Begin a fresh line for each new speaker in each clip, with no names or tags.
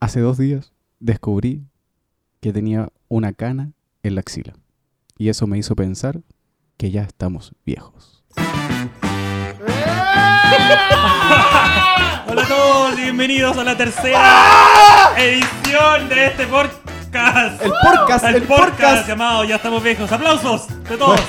Hace dos días descubrí que tenía una cana en la axila. Y eso me hizo pensar que ya estamos viejos.
¡Eh!
Hola a todos, bienvenidos a la tercera edición de este podcast.
El podcast,
El,
el
podcast,
podcast.
llamado Ya estamos viejos. ¡Aplausos de todos!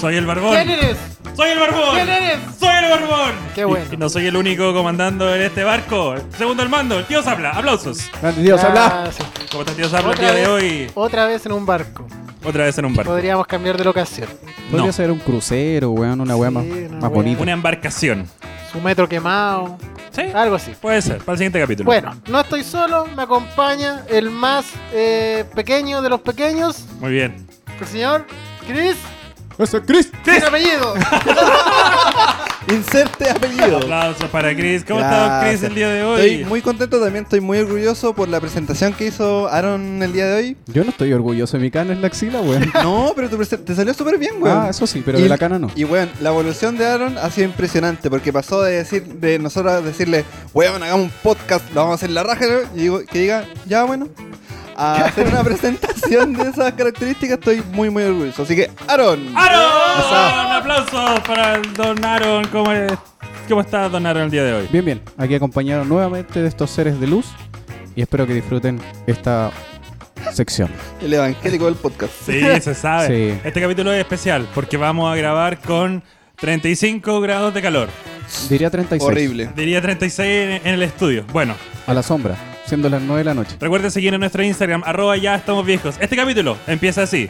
Soy el barbón.
¿Quién eres?
¡Soy el barbón!
¿Quién eres?
¡Soy el barbón!
Qué bueno.
Y, y no soy el único comandando en este barco. Segundo al mando, el tío Zapla. ¡Aplausos!
Dios, habla.
Ah, sí.
¿Cómo está el tío Zapla el
Otra
día de
vez.
hoy?
Otra vez en un barco.
Otra vez en un barco.
Podríamos cambiar de locación.
Podría
No.
ser un crucero, weón, una weá
Sí,
más,
una
más
weá.
bonita.
Una embarcación.
Su metro quemado,
¿Sí?
algo así.
Puede ser, para el siguiente capítulo.
Ah. Bueno, no estoy solo, me acompaña el más eh, pequeño de los pequeños,
Muy bien.
el señor Chris.
¡Eso es Chris!
Sin apellido.
Inserte apellido.
Aplausos para Chris. ¿Cómo está don Chris el día de hoy?
Estoy muy contento también, estoy muy orgulloso por la presentación que hizo Aaron el día de hoy.
Yo no estoy orgulloso de mi cana en la axila, weón.
No, pero tu presen- te salió súper bien, weón.
ah, eso sí, pero de
Y-
la cana no.
Y weón, la evolución de Aaron ha sido impresionante porque pasó de decir de nosotros decirle, weón, hagamos un podcast, lo vamos a hacer en la raja, y digo- que diga, ya bueno, a hacer una presentación de esas características, estoy muy, muy orgulloso. Así que, Aaron,
Ah.
¡Aaron! Un aplauso para el don Aaron. ¿Cómo, es? ¿Cómo está don Aaron el día de hoy?
Bien, bien. Aquí acompañaron nuevamente de estos seres de luz. Y espero que disfruten esta sección.
el evangélico del podcast.
Sí, se sabe.
Sí.
Este capítulo es especial porque vamos a grabar con 35 grados de calor.
Diría 36.
Horrible.
Diría 36 en, en el estudio. Bueno,
A la sombra, siendo las 9 de la noche.
recuerden seguir en nuestro Instagram, arroba ya estamos viejos. Este capítulo empieza así.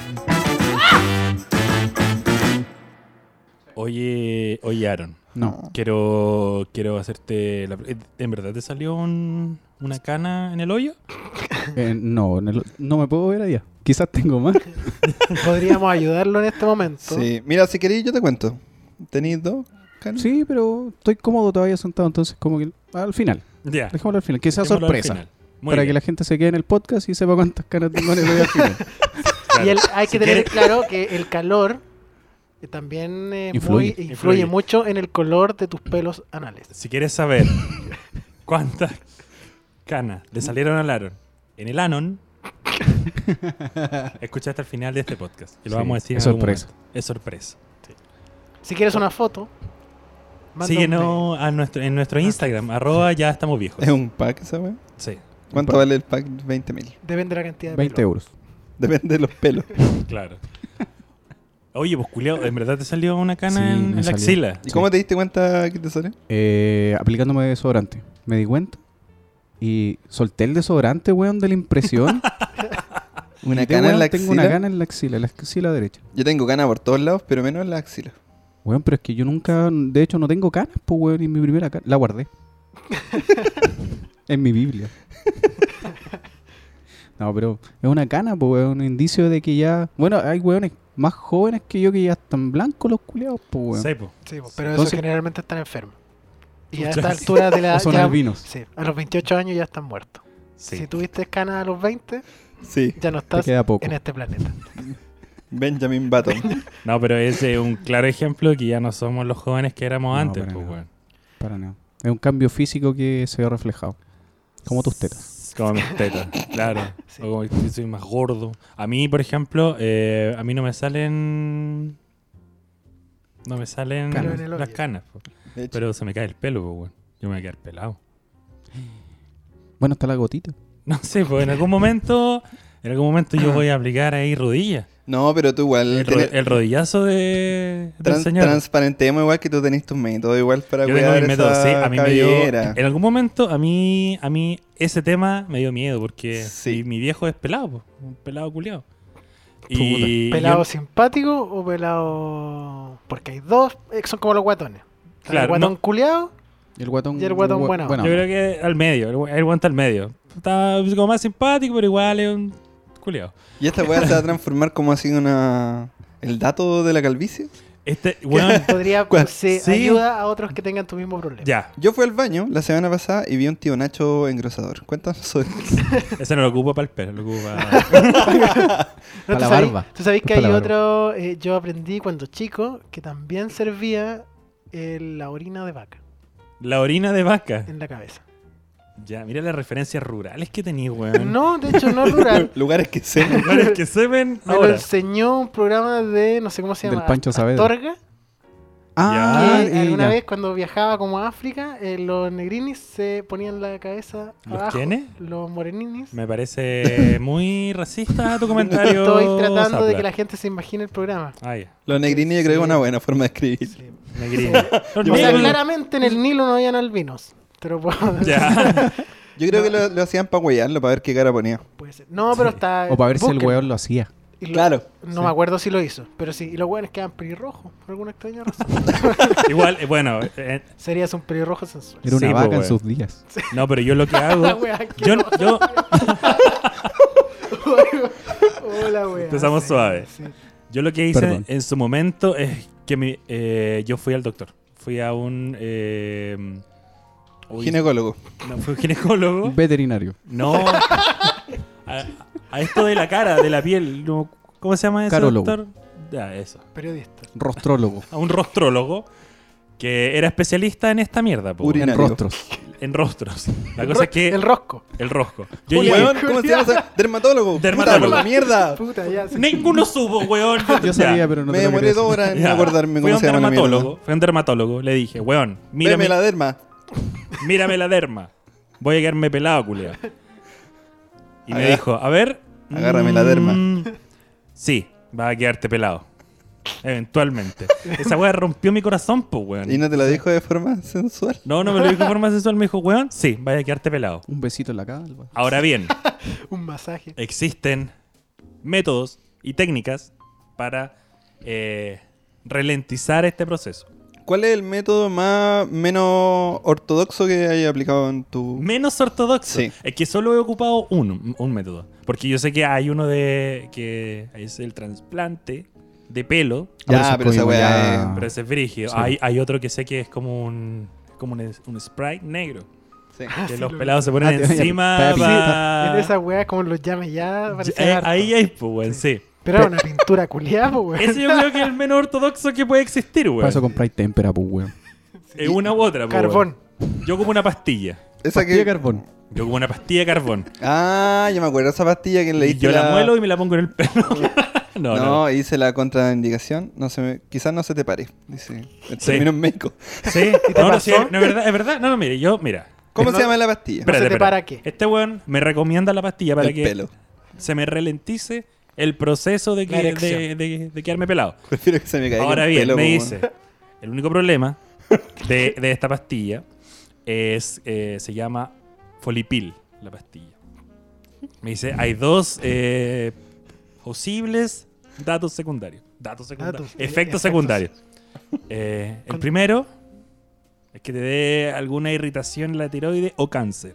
Oye, oye Aaron,
No.
quiero, quiero hacerte... la- ¿En verdad te salió un- una cana en el hoyo?
Eh, no, en el- no me puedo ver allá. Quizás tengo más.
Podríamos ayudarlo en este momento.
Sí, mira, si queréis, yo te cuento. ¿Tenéis dos? canas?
Sí, pero estoy cómodo todavía sentado, entonces como que al final.
Ya.
Dejémoslo al final, que sea
Dejémoslo al
sorpresa.
final. Muy
Para que
bien.
la gente se quede en el podcast y sepa cuántas canas tengo en el hoyo al final.
Y el- hay que
Si
tener
quiere-
claro que el calor eh, también eh, muy-
Influye.
influye,
Influye.
mucho en el color de tus pelos anales.
Si quieres saber cuántas canas le salieron al Aaron en el Anon, escucha hasta el final de este podcast. Y lo
Sí,
vamos a decir.
es
en algún
sorpresa.
momento. Es sorpresa.
Si quieres una foto, manda un mail.
Síguenos a nuestro, en
Ah.
nuestro Instagram, arroba ya estamos viejos.
¿Es un pack, ¿sabes?
Sí,
¿Cuánto
pack.
vale el pack? 20 mil.
Depende de la cantidad de
20
pelo.
euros.
Depende de los pelos.
claro. Oye, pues culiao, ¿en verdad te salió una cana
Sí,
en,
me
en la
salió.
axila?
¿Y
Sí.
cómo te diste cuenta que te salió?
Eh, aplicándome desodorante. Me di cuenta y solté el desodorante, weón, de la impresión.
Una
Y de,
cana en
weón,
la
Tengo una
axila.
cana en la axila, en la axila derecha.
Yo tengo cana por todos lados, pero menos en la axila.
Weón, pero es que yo nunca, de hecho, no tengo canas, pues, weón, y mi primera cana la guardé. en mi Biblia. no, pero es una cana, pues, weón, un indicio de que ya. Bueno, hay weones más jóvenes que yo que ya están blancos los culeados, pues, weón.
Sí, po.
Sí, pues, pero
Entonces-
eso generalmente están enfermos. Y a
Muchas
esta
gracias.
altura de la.
O son
ya-
albinos.
Sí, a los 28 años ya están muertos.
Sí.
Si tuviste escana a los 20,
Sí,
ya no
Te
estás
queda poco.
en este planeta.
Benjamin Button.
No, pero ese es un claro ejemplo que ya no somos los jóvenes que éramos
No,
antes,
para
pues,
nada.
weón.
Para nada. Es un cambio físico que se ve reflejado. Como tus tetas.
Como mis tetas, claro.
Sí.
O como que soy más gordo. A mí, por ejemplo, eh, a mí no me salen. No me salen
Canas.
las-
Pero en el
las
hoyo.
canas. po.
De hecho,
Pero se me cae el pelo, po, weón. Yo me voy a quedar pelado.
Bueno, está la gotita.
No sé, pues en algún momento. En algún momento yo voy a aplicar ahí rodilla.
no, pero tú igual.
El, ro-
tenés-
el rodillazo de, del
tran-
señor.
transparentemos igual que tú tenés tus métodos igual para
yo tengo
cuidar
mis métodos,
esa
sí. A mí me dio.
cabellera.
En algún momento, a mí, a mí ese tema me dio miedo porque
Sí.
mi, mi viejo es pelado, po, un pelado culiado.
Puta.
Y yo-
¿Pelado simpático o pelado.? Porque hay dos, eh, son como los guatones. Está
Claro,
el guatón
no.
culeado
Y el guatón.
Y el guatón
gua-
buena
buena
Yo
onda.
creo que al medio, el, gua- el guante al medio. Está como más simpático, pero igual es un culiao.
Y esta weá se va a transformar como así una. El dato de la calvicie.
Este, weón,
podría.
¿Cuál?
se
Sí.
ayuda a otros que tengan tu mismo problema.
ya,
Yo fui al baño la semana pasada y vi a un tío Nacho engrosador. Cuéntanos sobre
ese no lo ocupo para el pelo, lo ocupo para...
Pa'
¿tú
la
sabes-
barba.
Tú sabes que
Pa'
hay
la
otro. eh, yo aprendí cuando chico que también servía eh, la orina de vaca
La orina de vaca.
en la cabeza.
Ya, mira las referencias rurales que tenía,
Ah.
weón.
No, de hecho no es rural.
Lugares que se.
Lugares que se ven
Me lo
ahora.
enseñó un programa de, no sé cómo se
Del
llama.
Pancho Saavedra.
Astorga,
Ah,
que
eh,
alguna
ya.
vez cuando viajaba como a África, eh, los negrinis se ponían la cabeza
¿Los
abajo.
quiénes?
Los moreninis.
Me parece muy racista tu comentario.
Estoy tratando de
Zapla.
que la gente se imagine el programa.
Ah, ya.
Los negrini yo creo que es una buena forma de escribir.
Negrini. Los
Yo
O sea,
negros.
claramente en el Nilo no habían albinos. Te lo puedo decir.
Ya.
Yo creo que lo, lo hacían para huellarlo, para ver qué cara ponía.
Puede ser. No, pero está.
O para ver si el
búsquenlo.
weón lo hacía.
Y lo-
Claro.
No me acuerdo si lo hizo, pero sí. Y los weones quedan pelirrojos, por alguna extraña razón.
Igual, eh, bueno, eh,
Serías un pelirrojo sensual.
Era una
Sí, po,
vaca en
weón.
sus días.
no, pero yo lo que hago.
La wea, qué
yo, yo,
Hola, wea.
Empezamos suave.
sí.
yo lo que hice
Perdón.
en su momento es que mi- eh, yo fui al doctor. Fui a un. eh, uy,
Ginecólogo.
no, fui a un ginecólogo.
Veterinario.
No. A, a esto de la cara, de la piel. no, ¿Cómo se llama ese
Carólogo.
doctor? Ya, eso.
Periodista.
Rostrólogo.
A un rostrólogo que era especialista en esta mierda, po,
Urina.
en,
En
Veterinario.
rostros.
en rostros. La cosa es que
El
el,
rosco.
rosco. Yo
Uy,
llegué-
weón, ¿Cómo se llama? ese? Dermatólogo.
Dermatólogo.
Puta, por la mierda.
Puta, ya. sí.
Ninguno supo, weón.
Yo sabía, pero no
Me
te lo
demoré
quería
dos
decir.
horas en
Ya. Fui
acordarme
a
cómo
un
se llama la mierda.
dermatólogo. Fue un dermatólogo. Le dije, weón, mírame,
Veme la derma.
mírame la derma. Voy a quedarme pelado, culiao. Y me
Agarra-
dijo, a ver.
Agárrame la derma.
mm, Sí, vas a quedarte pelado. Eventualmente. Esa weá rompió mi corazón, pues, weón.
Y no te lo dijo de forma sensual.
No, no me lo dijo de forma sensual. Me dijo, weón, sí, vas a quedarte pelado.
Un besito en la calva.
Ahora bien,
Un masaje.
existen métodos y técnicas para eh, ralentizar este proceso.
¿Cuál es el método más menos ortodoxo que hayas aplicado en tu.
Menos ortodoxo.
Sí.
Es que solo he ocupado uno, un método. Porque yo sé que hay uno de que es el trasplante de pelo,
Ah,
Ya,
eso
pero
es
esa
como
weá
ya-
pero ese es brígido.
Ah. Sí.
Hay, hay otro que sé que es como un, como un, un sprite negro.
Sí.
Que
Ah, sí,
los
lo vi.
pelados se ponen
Ah, te-
encima.
te-
pa-
En esa wea, como los llame ya.
Ya,
parecía
eh,
harto.
ahí hay, pues, weón, sí.
Pero era una pintura culiada, pues, weón.
Ese yo creo que es el menos ortodoxo que puede existir,
Para
weón.
eso compráis témpera, pues, weón.
Es una u otra, pues,
Carbón.
weón. Yo como una pastilla.
Esa
Pastilla de
que.
carbón.
Yo como una pastilla de carbón.
Ah, yo me acuerdo esa pastilla que le
Y
diste.
yo la muelo y me la pongo en el pelo. no,
No,
no, no.
hice la contraindicación. No se me... Quizás no se te pare. Dice. El
Sí.
término médico.
Sí, no, no, sí, no, es verdad, es verdad. No, no, mire, yo, mira.
¿Cómo
No-
se llama la pastilla?
Espérate,
te
espérate.
para qué?
Este weón me recomienda la pastilla para
el
que
pelo.
se me ralentice el proceso de, que-
La erección.
de, de- de quedarme pelado.
Prefiero que se me caiga.
Ahora
el
bien,
pelo,
me
po,
dice,
weón.
el único problema de, de esta pastilla es, eh, se llama folipil, la pastilla. Me dice, hay dos eh, posibles datos secundarios. Datos secundarios.
Datos, eh,
efectos
efectos.
secundarios. Eh, el
Con-
primero es que te dé alguna irritación en la tiroide o cáncer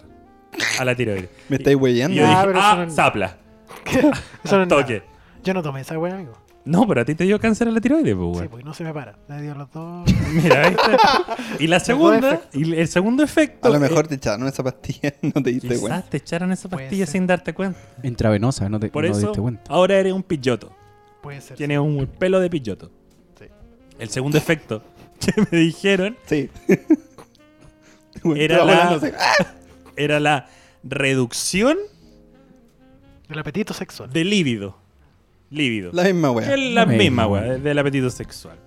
a la tiroide.
Me estáis
Y
huellando.
yo
Ah,
dije,
pero eso no
ah,
es-
zapla,
Eso no es nada.
toque.
Yo no tomé esa wea, amigo.
No, pero a ti te dio cáncer a la tiroides, pues, weón.
Sí, pues no se me para. Le dio los dos.
Mira, ¿viste? Y la segunda,
efectos.
y el segundo efecto.
A lo mejor
eh,
te echaron esa pastilla. No te diste
quizás
cuenta.
te echaron esa
Puede
pastilla
ser.
sin darte cuenta.
Intravenosa, no te
Por
no
eso,
diste cuenta.
ahora eres un pilloto.
Puede ser.
Tienes un pelo de pilloto.
Sí.
El segundo efecto que me dijeron
Sí.
Era
Tu abuela
la-
no sé- ah,
era la reducción
El apetito sexual.
de líbido. Líbido.
La misma
Que es
wea.
la
La
misma,
misma,
weá,
weón.
del apetito sexual.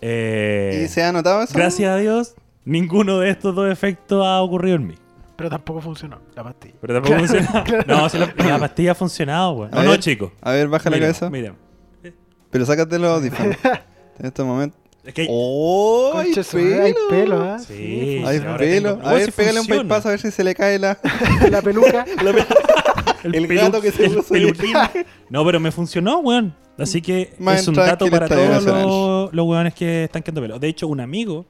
Eh,
¿Y se ha notado eso?
gracias a Dios, ninguno de estos dos efectos ha ocurrido en mí.
Pero tampoco funcionó la pastilla.
Pero tampoco funciona. No, si la, la pastilla ha funcionado, weón.
A
No, no,
ver,
chico.
A ver, baja la
Mira,
cabeza.
mira.
Pero sácate los audífonos. en este momento.
Es que
¡Oh! ¡Hay
Concha su madre, hay pelo, ¿ah?
Sí,
Hay
sí, ahora
pelo.
tengo-
A
Oh,
ver,
sí
pégale un
funciona.
bypass a ver si se le cae la.
funciona. La peluca.
el gato que se
el
puso
peluquín. No, pero me funcionó, weón. Así que
Más
es un
entradas
dato
que el
para
Estadio
todos
Nacional.
los, los weones que están quedando pelo. De hecho, un amigo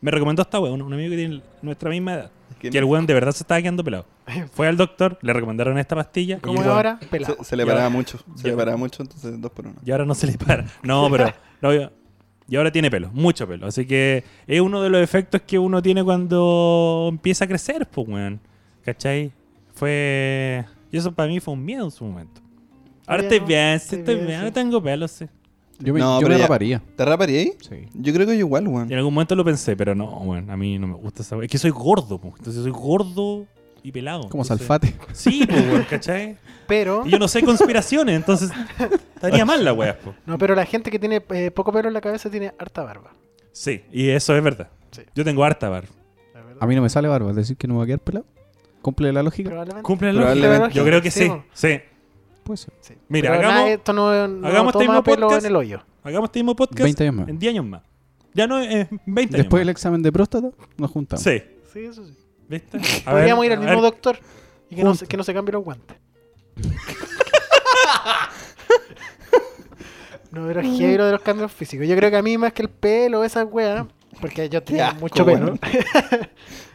me recomendó esta weón, un amigo que tiene nuestra misma edad. Que el weón de verdad se estaba quedando pelado. Fue al doctor, le recomendaron esta pastilla. y
Como
el weón-
ahora, pelado.
Se, se le
Ya.
paraba mucho. Se
Ya.
le paraba mucho, entonces dos por uno.
Y ahora no se le para. No, pero. no, yo- y ahora tiene pelo, mucho pelo. Así que es uno de los efectos que uno tiene cuando empieza a crecer, pues, weón. ¿Cachai? Fue. Y eso para mí fue un miedo en su momento. Ahora
Ya,
estoy bien, sí,
estoy
estoy
bien,
bien,
sí.
no tengo pelo, sí.
Yo me,
No,
yo
pero
me
ya-
raparía.
¿Te raparía ahí?
Sí.
Yo creo que yo igual, weón.
En algún momento lo pensé, pero no, weón. A mí no me gusta esa weón. Es que soy gordo, pues. Entonces soy gordo. y pelado.
Como
entonces-
salfate.
Sí, pues, weón, ¿cachai?
Pero,
Y yo no sé conspiraciones, entonces estaría mal la weá, pues. po.
no, pero la gente que tiene eh, poco pelo en la cabeza tiene harta barba.
Sí, y eso es verdad.
Sí.
Yo tengo harta bar.
la verdad.
Ah,
A mí no me sale barba, es decir que no me va a quedar pelado. ¿Cumple la lógica?
Probablemente.
Cumple la
Probablemente.
lógica. Yo creo que sí.
po.
Sí.
Pues sí.
Sí.
Mira,
Pero nada,
hagamos-
esto no, no
hagamos este
toma
mismo
pelo
podcast.
en el hoyo.
Hagamos este mismo podcast
20 años más.
en 10 años más. Ya no, en 20
Después del
años
examen de próstata, nos
más.
juntamos.
Sí.
Sí, eso sí.
¿Viste? A
Podríamos
ver,
ir al
a
mismo
ver.
doctor y que no,
Punto.
se, que no se cambie los guantes. no, pero es heavy lo de los cambios físicos. Yo creo que a mí más que el pelo, esa weá, porque yo tenía
asco,
mucho pelo,
weón.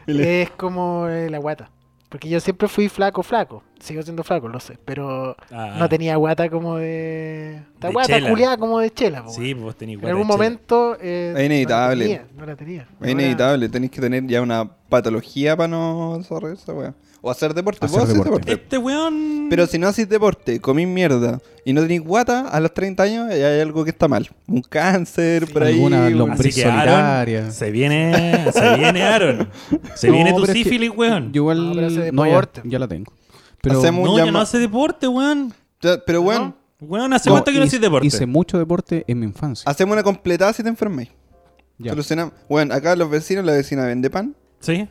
El-
es como eh, la guata. Porque yo siempre fui flaco, flaco. Sigo siendo flaco, lo sé. Pero
Ah,
no tenía guata como de. Esta
De
guata
chela.
culiada como de chela, po,
Sí, pues tenía
en algún momento. eh,
Es inevitable.
No la tenía. No la tenía.
Es inevitable, tenéis que tener ya una patología para no zorrar esa weá. O hacer deporte.
Hacer
Vos hacís
deporte.
deporte.
Este weón.
Pero si no haces deporte, comís mierda y no tenéis guata, a los 30 años ya hay algo que está mal. Un cáncer,
Sí.
por ahí.
Alguna
un-
lombriz.
Así que Aaron,
solidaria.
se viene, se viene Aaron. Se
No,
viene tu
pero es que
sífilis, weón.
Yo
No, pero hace
igual. No, ya,
deporte.
ya la tengo. Pero
Hacemos-
no, ya
llama-
no hace deporte, weón.
Ya, Pero bueno,
Weón, hace
No,
cuánto que no
hice-
haces deporte.
Hice mucho deporte en mi infancia.
hacemos una completada si te enfermáis.
Ya.
Solucionamos. Bueno, acá los vecinos, la vecina vende pan.
Sí.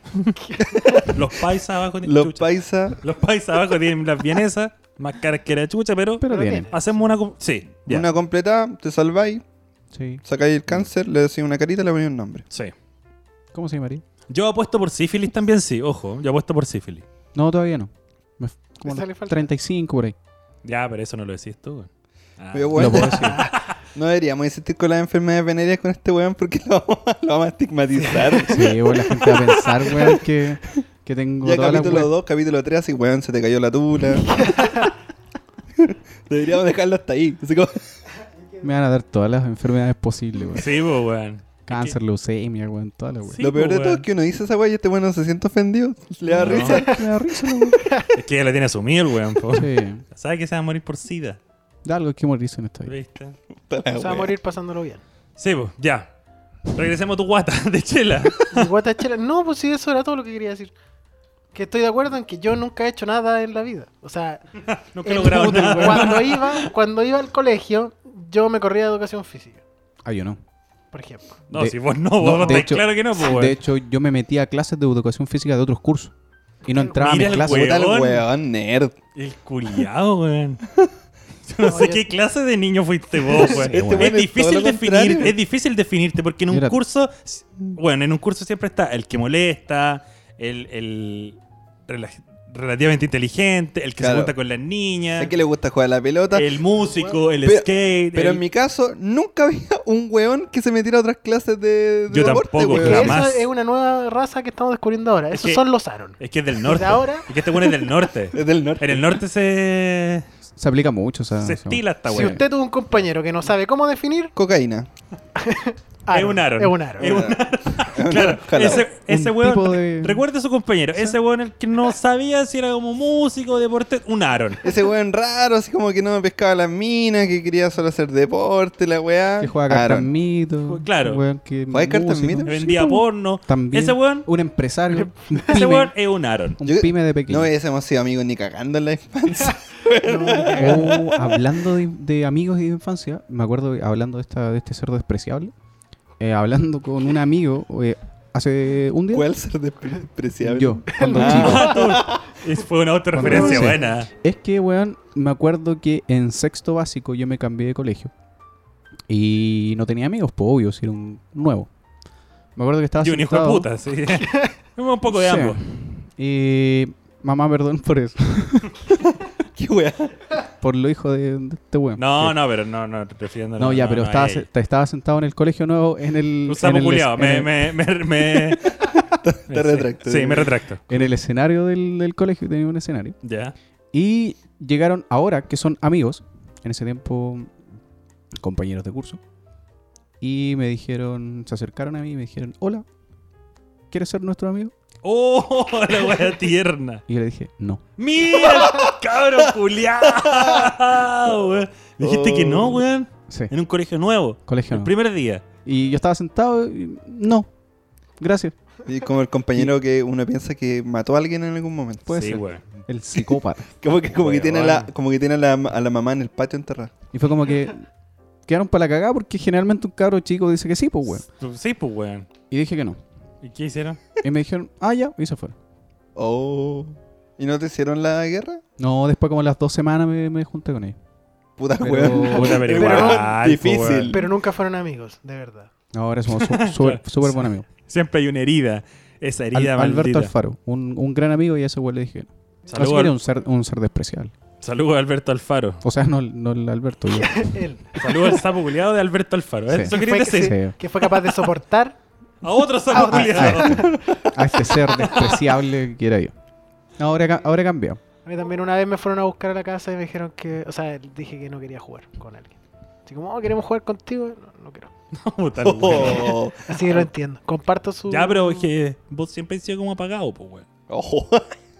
Los paisas abajo tienen
Los
chucha.
paisas.
Los paisas abajo tienen las vienesas, más caras que la chucha, pero,
Pero
Pero
tienen.
tiene.
hacemos una. com- Sí, ya.
Una completada, te salváis,
Sí.
sacáis el cáncer, le decís una carita y le ponéis un nombre.
Sí.
¿Cómo se llamaría?
Yo apuesto por sífilis también, sí. Ojo, yo apuesto por sífilis.
No, todavía no. Me- como
sale
los
falta.
35 por ahí.
Ya, pero eso no lo decís tú, weón. Ah.
Pero bueno,
Lo puedo decir.
no deberíamos insistir con las enfermedades venéreas con este weón porque lo vamos, a- lo vamos a estigmatizar.
Sí, bueno, la gente va a pensar, weón, que, que tengo
Ya
todas las
capítulo
weas.
2, capítulo 3, así weón, se te cayó la tula. Deberíamos dejarlo hasta ahí. Así como-
Me van a dar todas las enfermedades posibles, weón.
Sí, pues, weón.
Cáncer, leucemia, weón, todas las weas.
Sí,
lo peor de
pues,
todo es
weón.
que uno dice esa weón y este weón no se siente ofendido. Le da
No.
risa.
Me da risa, la wea.
Es que ya la tiene asumida el weón, po.
Sí.
Sabe que se va a morir por sida.
De algo hay que morirse en esta vida.
¿Viste?
Puta
Se
la
va a
weá.
morir pasándolo bien.
Sí, pues, ya. Regresemos a tu guata de chela.
Mi guata es chela. No, pues sí, eso era todo lo que quería decir. Que estoy de acuerdo en que yo nunca he hecho nada en la vida. O sea,
Nunca he
el-
logrado nada.
cuando iba, cuando iba al colegio, yo me corría de educación física,
Ah, yo no.
por ejemplo.
No,
De-
si vos no,
no,
vos
de
estáis
hecho-
claro que no, pues, weón.
De hecho, yo me metía a clases de educación física de otros cursos. Y no entraba a
Mira
mis
el
clases.
weón.
Puta el weón, nerd.
El culiao, weón. Yo no
No,
sé
yo-
qué clase de niño fuiste vos, weón.
Este weón
es
es todo
difícil
lo
definir,
contrario.
es difícil definirte porque en un
Yo era-
curso, bueno, en un curso siempre está el que molesta, el, el rela- relativamente inteligente, el que se
Claro.
junta con las niñas,
¿A qué le gusta jugar a la pelota?
el músico, el
Pero-
skate.
Pero
el-
en mi caso, nunca había un weón que se metiera a otras clases de, de
Yo
deporte,
tampoco,
weón.
Que
Jamás.
esa es una nueva raza que estamos descubriendo ahora. Esos
que-
son los Aaron.
Es que es del norte.
ahora-
Es que este weón es del norte.
Es del norte.
En el norte se,
Se aplica mucho, o sea.
se
o sea,
estila esta
Si
weón.
usted tuvo un compañero que no sabe cómo definir,
Cocaína.
Es un Aaron.
Es un Aaron.
Es un-
Claro,
Ese, ese
Un
weón,
tipo de-
recuerde a su compañero, ese weón el que no sabía si era como músico, deporte, un Aaron.
Ese weón raro, así como que no me pescaba las minas, que quería solo hacer deporte, la weá.
Que juega cartas
Aaron.
mito.
Ju- claro.
Weón, que
¿Juega cartas
músico.
mito?
Que vendía porno.
También.
Ese weón,
Un empresario. un
ese
pyme,
weón es un Aaron.
Un
Yo-
pyme de pequeño.
No hubiésemos sido amigos ni cagando en la infancia.
Oh, hablando de, de amigos y de infancia, me acuerdo que hablando de, esta, de este ser despreciable, eh, hablando con un amigo eh, hace un día.
¿Cuál ser despreciable?
Yo, cuando
Ah.
chico.
Es- fue una autorreferencia
Sí.
buena.
Es que, weón, me acuerdo que en sexto básico yo me cambié de colegio. Y no tenía amigos, pues obvio, si era un nuevo. Me acuerdo que estaba
Y un hijo de
sentado-
puta, sí. un poco de
Sí.
ambos.
Y mamá, perdón por eso.
¿Qué weá?
Por lo hijo de, de este weón.
No,
Que-
no, pero no, no, refiriéndolo.
No, ya, pero
no,
estaba,
ey.
se- te- estaba sentado en el colegio nuevo, en el.
Un sapo
en el
culiao,
es- en
Me,
el-
me, me, me- Sí.
retracto.
Sí, me retracto.
en el escenario del, del colegio, tenía un escenario.
Ya.
Y llegaron ahora, que son amigos, en ese tiempo compañeros de curso, y me dijeron, se acercaron a mí y me dijeron, hola, ¿quieres ser nuestro amigo?
¡Oh! La wea tierna.
Y yo le dije, no.
¡Mira! el ¡Cabro culiao! weón. Dijiste que no,
Oh.
weón.
Sí,
En un colegio nuevo.
colegio
El
no.
primer día.
Y yo estaba sentado y no, gracias.
Y como el compañero que uno piensa que mató a alguien en algún momento.
Puede
sí,
ser.
weón.
El psicópata.
Pues, Como que, como que
Weón.
tiene, la, como que tiene a, la, a la mamá en el patio enterrada.
Y fue como que quedaron para la cagada porque generalmente un cabro chico dice que sí, pues weón.
Sí, pues, weón.
Y dije que no.
¿Y qué hicieron?
Y me dijeron, ah, ya, y se fueron.
Oh. ¿Y no te hicieron la guerra?
No, después como a las dos semanas me, me junté con ellos.
Puta
Pero-
Ah, weón.
Puta, pero
Pero
igual,
difícil.
po, weón.
Pero nunca fueron amigos, de verdad.
No, Ahora somos su- súper súper buen amigo.
Siempre hay una herida. Esa herida
Al- Alberto
maldita.
Alfaro, un, un gran amigo y a ese güey le dije que no. Así
Saludos
que era
al-
un ser, un ser despreciable.
saludos a Alberto Alfaro.
O sea, no, no el Alberto. Yo.
Él,
Saludos al sapo culiado de Alberto Alfaro. ¿eh?
Sí.
Eso
que
quería
fue,
decir.
sí.
que fue capaz de soportar.
A otro
A
Ah,
sapo
otro.
culiado.
a este ser despreciable que era yo. No, Ahora, ca- ahora cambió.
A mí también una vez me fueron a buscar a la casa y me dijeron que, o sea, dije que no quería jugar con alguien. Así como, oh, queremos jugar contigo. No, no quiero.
ah.
Puta, el weón.
Oh.
Así que lo entiendo. Comparto
Oh.
su.
Ya, pero es que vos siempre has sido como apagado, pues, weón.
Oh.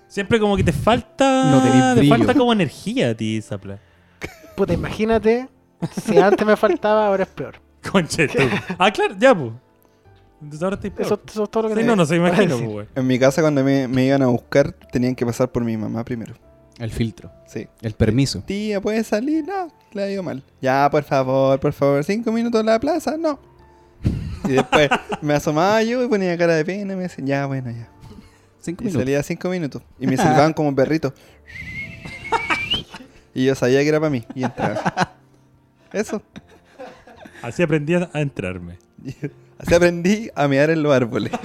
Siempre como que te falta.
No tenés
te
brillo.
falta como energía a ti, Zapla.
Puta, imagínate. Si antes me faltaba, ahora es peor.
Conche tú. Ah, claro, ya, pues. Entonces ahora estoy peor.
Eso, eso es todo lo que
Sí,
te-
no, no se
para
imagino,
decir.
pues, weón.
En mi casa cuando me, me iban a buscar tenían que pasar por mi mamá primero.
El filtro.
Sí.
El permiso.
Tía, ¿puedes salir? No, le ha ido mal. Ya, por favor, por favor, cinco minutos en la plaza, no. Y después me asomaba yo y ponía cara de pena y me decían, ya, bueno, ya.
Cinco
Y
minutos.
salía cinco minutos. Y me silbaban como un perrito. Y yo sabía que era para mí. Y entraba. Eso.
Así aprendí a a entrarme.
Y Así aprendí a mear en los árboles.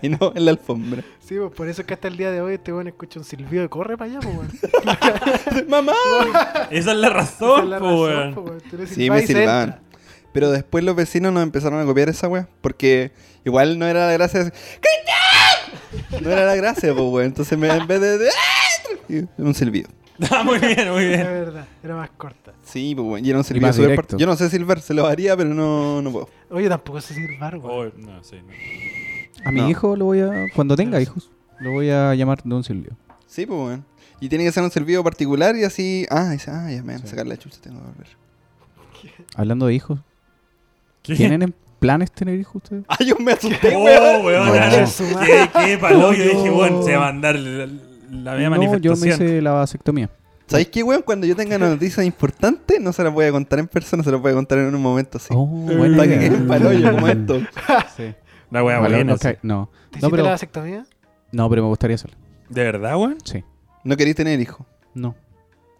Y no en la alfombra.
Sí, pues, por eso es que hasta el día de hoy este weón escucha un silbido y corre para allá, pues, weón.
¡Mamá!
Esa es
Esa
la
es
razón,
la
pues,
razón,
weón.
po, weón. Tú le
Sí,
silbás
me
y se
silbaban.
entra.
Pero después los vecinos nos empezaron a copiar esa wea. Porque igual no era la gracia. de- ¡Cristian! No era la gracia, pues, weón. Entonces me, en vez de. de- y Un silbido.
pues.
Ah, muy bien, muy
Es
bien.
verdad, era más corta.
Sí, pues, weón. Y era un silbido
más
súper
directo.
part- Yo no sé silbar, se lo haría, pero no, no puedo.
Oye, tampoco sé silbar, weón.
Oh, no, sí, no.
A mi
No.
hijo lo voy a. Cuando tenga hijos, lo voy a llamar Don Silvio.
Sí, pues, weón. Y tiene que ser un silbido particular y así. Ah, dice, ah, ya me van a sacar la chucha, tengo que volver.
Hablando de hijos,
¿Qué?
¿tienen en planes tener hijos ustedes?
¡Ah, yo me asusté,
Oh,
weón!
weón,
Concha
ahora-
de su
Qué, qué palo. Yo
No.
dije, weón, se va a andar la, la media
no, yo me
manifestación.
hice la vasectomía.
¿Sabéis qué, weón? Cuando yo tenga una noticia importante, no se la voy a contar en persona, se la voy a contar en un momento así.
Oh, buena
Para que
idea.
queden pa'l hoyo, como esto.
Sí.
La wea
Valor
buena.
no,
sí.
cae- no. No,
¿Te hiciste
pero,
la vasectomía?
no, pero me gustaría hacerlo.
¿De verdad, weón?
Sí.
No queréis tener hijos.
No.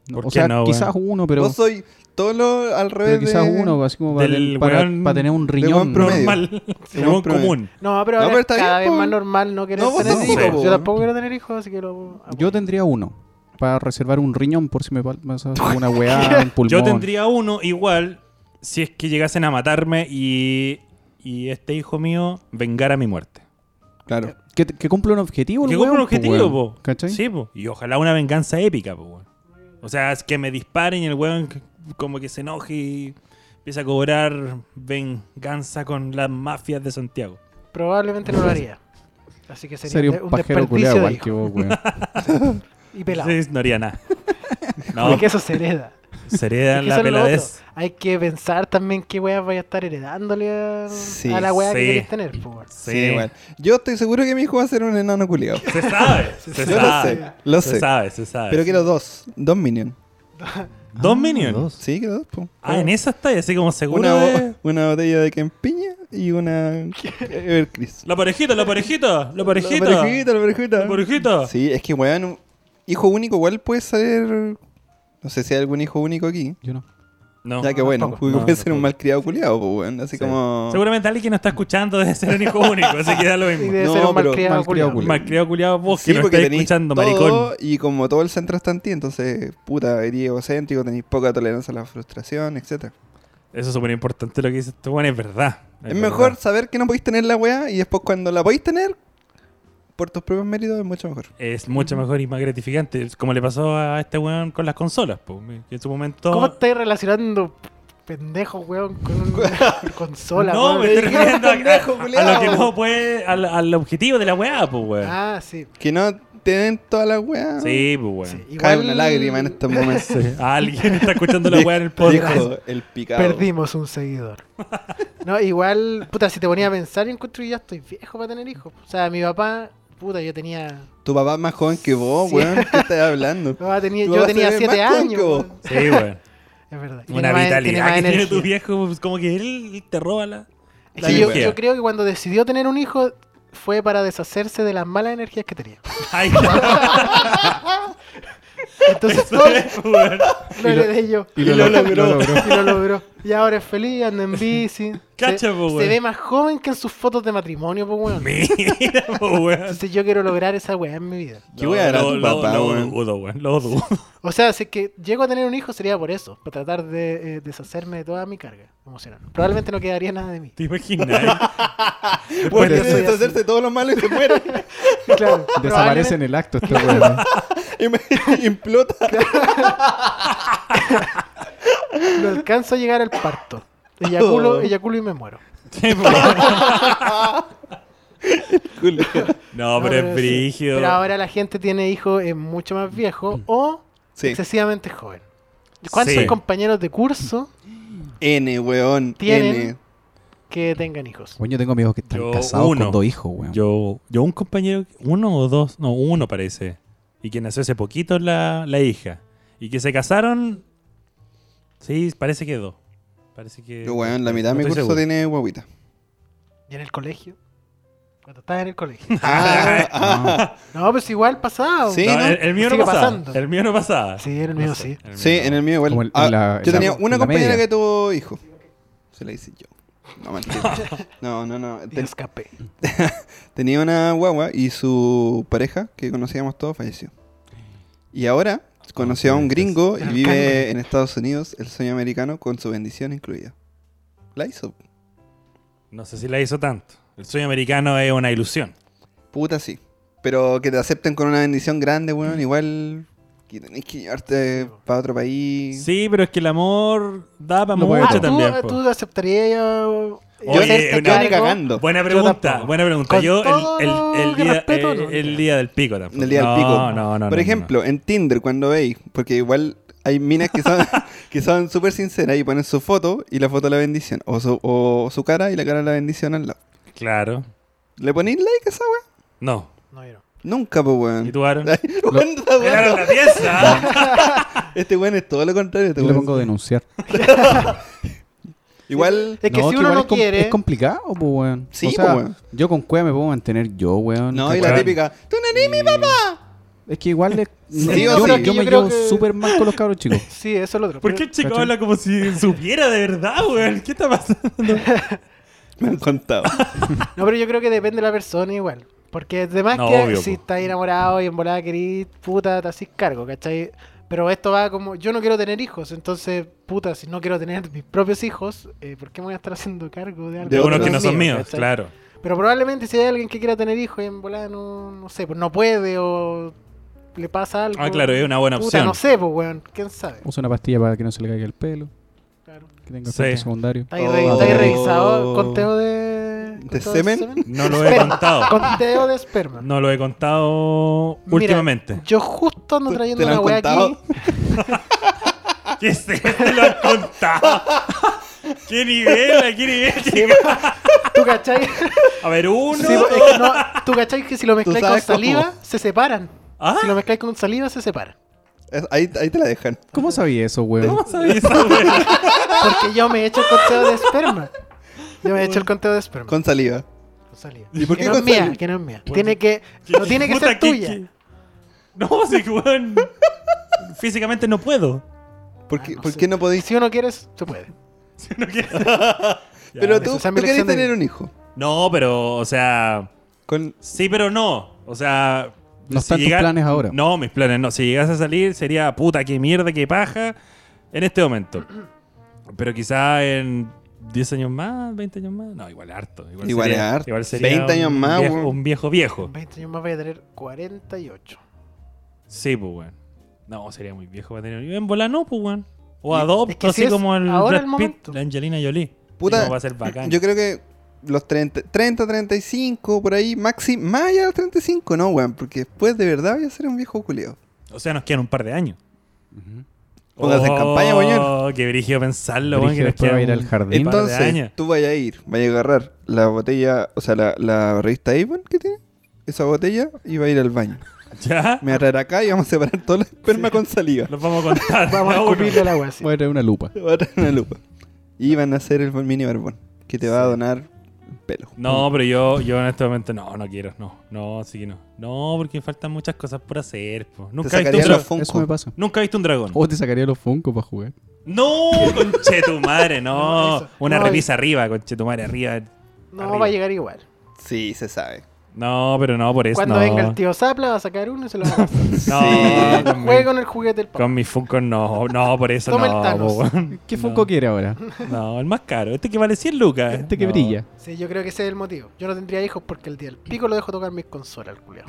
No,
¿Por
o
qué
sea,
no,
quizás uno, pero,
Vos soy todo lo al
pero
revés.
quizás
de-
uno, así como para,
del
ten- para-
weón-
para tener un riñón.
weón promedio.
Normal.
Sí,
Como
promedio.
común.
No, pero
No,
ahora
pero
es
está
cada
bien,
vez
po.
más normal no querer
No, pues. vos
tener
tampoco,
hijos.
po.
Yo tampoco quiero tener hijos, así que lo.
Yo tendría uno para reservar un riñón por si me pal- pasa alguna weá, un pulmón.
Yo tendría uno igual si es que llegasen a matarme y, y este hijo mío vengara mi muerte.
Claro.
Que, que cumpla un objetivo, el
Que cumpla
weón,
un
pues,
po,
objetivo,
weón.
po.
¿Cachai?
Sí, po. Y ojalá una venganza épica, po, weón. O sea, es que me disparen y el weón c- como que se enoje y empieza a cobrar venganza con las mafias de Santiago.
Probablemente no lo haría. Así que sería,
Sería
de-
un, pajero
desperdicio
culiado
de
igual
hijos.
que vos, weón.
Y pelado.
Entonces, no haría nada. No,
Porque eso se hereda.
se hereda
Es que
la
eso es lo
peladez.
otro. Hay que pensar también qué weas vaya a estar heredándole a,
Sí,
a la wea que
sí.
querés tener, po, weón.
Sí, igual. Yo estoy seguro que mi hijo va a ser un enano culiado.
Se sabe, se
Yo lo
sabe.
sé, lo
Se
sé.
sabe, se sabe.
Pero quiero dos. Dos minions.
Dos minions.
Sí, quiero dos. po.
Ah, en esa está, así como seguro.
una, bo-
de-
una botella de campiña y una Evercris.
La parejita, la parejita, la parejita.
La parejita, la parejita.
La parejita.
Sí, es que weón, un hijo único igual puede ser. No sé si hay algún hijo único aquí.
Yo no.
No.
ya que bueno,
tampoco. No,
puede ser un
tampoco.
malcriado culiado, pues weón. Así
Sí.
como.
Seguramente alguien que nos está escuchando debe ser un hijo único, así que da lo
Y
mismo.
debe
No,
ser un
pero
malcriado
malcriado
culiao.
culiao.
Malcriado culiado, vos que
Sí,
nos
porque
estás
tenés
escuchando,
todo,
maricón.
Y como todo el centro está en ti, entonces, puta, eres egocéntrico, tenés poca tolerancia a la frustración, etc.
Eso es súper importante lo que dices tú, bueno, es verdad.
Es mejor
verdad.
saber que no podéis tener la weá y después cuando la podéis tener, por tus propios méritos es mucho mejor.
Es mucho mejor y más gratificante, es como le pasó a este weón con las consolas, po, que en su momento...
¿Cómo estás relacionando pendejo, weón, con una consola,
no,
weón?
me estoy refiriendo a,
Pendejo,
a- a
culiao.
lo que no puede, al, al objetivo de la weá, pues weón.
Ah, sí.
Que no tienen toda la weá.
sí, pues weón.
sí.
Cae
Igual
una lágrima en este estos momentos.
Sí, Alguien está escuchando la
Dijo-
weá en el podcast.
dijo el picado.
Perdimos un seguidor. No, igual, puta, si te ponía a pensar, yo encuentro que ya estoy viejo para tener hijos. O sea, mi papá, puta, yo tenía.
Tu papá es más joven que vos,
Sí.
weón. ¿Qué estás hablando?
mi papá tenía
Tu
yo
papá
tenía
se ve
7
más joven
años.
que vos.
weón.
Sí, weón.
Es verdad. Y tiene
Una
más- tiene
vitalidad
más
que tiene tu
energía.
viejo, pues, como que él te roba la.
Es
la
que yo,
energía.
yo creo que cuando decidió tener un hijo fue para deshacerse de las malas energías que tenía.
Ay, no,
Entonces todo
eso es, weón.
lo heredé yo.
Y lo,
lo
lo- lo
logró.
logró.
Y lo logró. Y ahora es feliz, anda en bici. Se-
Cacha, po,
se,
weón.
ve más joven que en sus fotos de matrimonio, pues weón.
Mira, po, weón.
Entonces yo quiero lograr esa weá en mi vida.
¿Qué weá era tu papá,
lo
weón?
dudo, weón, Lo dudo.
O sea, si es que llego a tener un hijo sería por eso, para tratar de eh, deshacerme de toda mi carga emocional. Probablemente no quedaría nada de mí.
¿Te imaginas?
Weón,
de
tienes
eso
que
ya
hacerse todo lo malo y se muere.
Claro,
Desaparece en el acto este weón.
y me implota.
probablemente No alcanzo a llegar al parto. Eyaculo,
Oh.
eyaculo y me muero.
Sí, weón.
Culo.
No,
No,
pero
sí.
es brígido. Mm.
Pero ahora la gente tiene hijos eh, mucho más viejos o
Sí.
excesivamente joven. ¿Cuántos
Sí.
compañeros de curso
N, weón.
Tienen-
N.
que tengan hijos?
Bueno, yo tengo amigos que están
Yo,
casados
uno.
con dos hijos, weón.
Yo, yo un compañero, uno o dos, no, uno parece. Y que nació hace poquito la, la hija. Y que se casaron. Sí, parece que dos. Parece que.
Yo, weón, la mitad de
no
mi
estoy
curso
seguro.
tiene guaguita.
¿Y en el colegio? Cuando estás en el colegio.
Ah, ah.
No, pues igual pasado.
Sí. Pues, eh,
No,
¿no?
el, el mío no
Sigue
pasaba.
pasando.
El mío no pasaba.
Sí, en el mío sí.
El mío
Sí,
no.
en el mío
Como
igual.
el-
Ah,
en la-
yo
en la-
tenía una
en la
compañera
media.
que tuvo hijo. Se la hice yo. No, mentira. no, no. no.
Y
Ten-
escapé.
tenía una guagua y su pareja, que conocíamos todos, falleció. Y ahora conoció a un gringo y
Pero
vive
calma.
en Estados Unidos, el sueño americano, con su bendición incluida. La hizo.
No sé si la hizo tanto. El sueño americano es una ilusión.
Puta sí. Pero que te acepten con una bendición grande,
Mm.
weón, igual que tenés que llevarte para otro país.
Sí, pero es que el amor da para
No puede
mucho
Ah,
Yo todo.
también.
¿tú,
po.
¿tú aceptarías yo
Yo,
Oye,
yo
una-
ni cagando.
Buena
Yo
pregunta,
tampoco.
buena pregunta.
Con
Yo
todo
el, el- el
que
día,
respeto, no,
el- el
no.
día del pico tampoco.
Del día del pico.
No, no, no.
Por
no,
ejemplo, en Tinder, cuando veis, porque igual hay minas que son que son súper sinceras y ponen su foto y la foto de la bendición. O su, o su cara y la cara de la bendición al lado.
no. Claro.
¿Le ponéis like a esa weá?
No.
No, yo no.
Nunca, pues
Mm.
weón.
¿Y tú, Aaron?
Ay, weón, está
Claro,
bueno.
la pieza.
Este weón es todo lo contrario. este
Yo le
weón.
pongo a denunciar.
Igual.
Es que
No,
si
que
uno
igual
no
es com-
quiere.
Es complicado, pues, weón.
Sí,
o sea,
po, weón.
yo con cueva me puedo mantener yo, weón.
No,
¿cachai?
y la
Weón.
típica. ¡Tú naní, mi papá!
Es que igual es-
Sí,
yo,
o sí.
yo me
Yo creo
llevo
que-
súper mal con los cabros chicos.
Sí, eso es lo otro.
¿Por qué el chico
¿Cachai?
habla como si supiera de verdad, weón? ¿Qué está pasando?
Me han contado.
No, pero yo creo que depende de la persona igual. Porque además
No,
que
obvio,
si
po.
estás enamorado y en volada querís, puta, te haces cargo, ¿cachai? Pero esto va como, yo no quiero tener hijos, entonces, puta, si no quiero tener mis propios hijos, eh, ¿por qué me voy a estar haciendo cargo de algo?
De
otro.
unos que no son
mío,
míos,
¿cachai?
claro.
Pero probablemente si hay alguien que quiera tener hijos y en volada no, no sé, pues no puede o le pasa algo.
Ah, claro, es una buena
Puta,
opción.
no sé, pues, weón, quién sabe.
Usa una pastilla para que no se le caiga el pelo,
Claro.
que tenga
Sí.
efecto secundario.
¿Está ahí, re- está ahí revisado el conteo de. conteo
semen?
No lo he contado.
Conteo de esperma.
No lo he contado
Mira,
últimamente.
Yo justo ando
¿Te-
trayendo
te lo
una
han
weá
contado?
aquí.
¿Qué es esto? ¿Te lo han contado? ¿Qué nivel? ¿A qué nivel llegamos?
¿Tú cachai?
A ver, uno.
Sí, es que no, ¿Tú cachai que si lo mezcláis con
sabes cómo.
saliva, se separan?
¿Ah?
Si lo mezcláis con saliva, se separan.
Es- ahí, ahí te la dejan.
¿Cómo sabía eso, weón?
¿Cómo sabía esa weón?
Porque yo me he hecho el conteo de esperma. Yo me he hecho el conteo de esperma.
Con saliva.
Con saliva.
¿Y por
que
qué
no es
con
mía,
saliva?
que no es mía. Tiene que, no tiene que
Puta,
ser
¿qué-
tuya.
qué? No, sí, que, weón. Físicamente no puedo.
¿Por
Ah,
qué
no
no,
sé.
qué no
Y
podéis?
si uno quiere, se puede.
Si no quiero. Ya.
Pero tú,
esa es mi
tú querés
lección de
tener
vida.
un hijo.
No, pero, o sea.
Con...
Sí, pero no. O sea.
No están tus planes ahora.
No, mis planes no. Si llegas a salir, sería puta, qué mierda, qué paja. En este momento. Pero quizá en 10 años más, 20 años más. No, igual harto. Igual,
Igual
sería,
es harto.
Igual sería
20 años
un
más,
viejo-
weón.
un viejo viejo.
En 20 años más voy a tener 48.
Sí, pues, weón. No, sería muy viejo para tener. En bola no, pues, weón. O adopto,
es que
así
si es
como el
ahora el
Brad Pitt,
momento.
la Angelina Jolie.
Puta,
Como va a ser bacán.
Yo creo que los 30, 30, 35, por ahí, maxi, más allá de los 35, no, weón, porque después de verdad voy a ser un viejo culeo.
O sea, nos quedan un par de años.
Póngase en campaña,
weón. Oh, Qué brígido pensarlo, weón.
Brígido,
Que nos
después
queda
va a ir
un
al jardín.
par de
Entonces,
años.
tú vayas a ir, vayas a agarrar la botella, o sea, la, la revista Avon que tiene, esa botella, y va a ir al baño.
¿Ya?
Me va a traer acá y vamos a separar todo el esperma con saliva.
Los vamos a contar.
Vamos a
cada uno.
escupirle el agua así.
Voy a traer una lupa.
Te va a traer una lupa. Y van a hacer el mini barbón, que te va a donar pelo.
No, pero yo, yo en este momento no, no quiero, no, no, así que no. No, porque faltan muchas cosas por hacer. po.
Te
Nunca he, visto un
sacaría
dra-
los Funko.
Eso me pasa.
nunca he visto un dragón.
O te sacaría los Funko para jugar.
No, conche tu madre,
No,
no.
eso.
Una
No,
repisa arriba, conche tu madre, arriba.
No
Arriba.
va a llegar igual.
Sí, se sabe.
No, pero no, por eso.
Cuando
no.
venga el tío Zapla va a sacar uno y se lo va a pasar.
No,
Sí.
con, mi,
Juegue con el juguete del papá.
con mi Funko no, no, por eso
Toma el
no.
Thanos.
po, weón.
¿Qué
No,
Funko quiere ahora?
No, el más caro. Este que vale 100 lucas.
Este que
No.
brilla.
Sí, yo creo que ese es el motivo. Yo no tendría hijos porque el día del pico lo dejo tocar mis consolas, el culiao.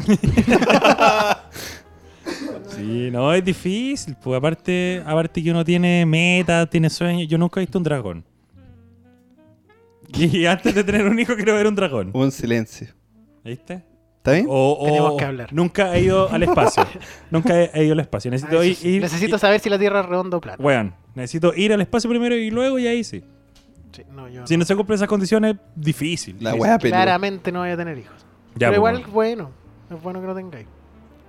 Sí, no, es difícil. Pues aparte, aparte que uno tiene metas, tiene sueños. Yo nunca he visto un dragón. Y antes de tener un hijo quiero ver un dragón.
Hubo un silencio.
¿Viste?
¿Está bien?
O, o-
Tenemos que hablar.
Nunca he ido al espacio. nunca he, he ido al
Ah,
espacio. Necesito
eso
ir,
sí.
ir-
Necesito
ir-
saber si la Tierra es redonda o plana.
weón, necesito ir al espacio primero y luego ya ahí sí.
Sí, no, yo
Si
no.
no se cumplen esas condiciones, difícil.
La
difícil.
weá peluda.
claramente no voy a tener hijos.
Ya,
Pero
pues,
igual,
weón.
bueno. Es bueno que no tengáis.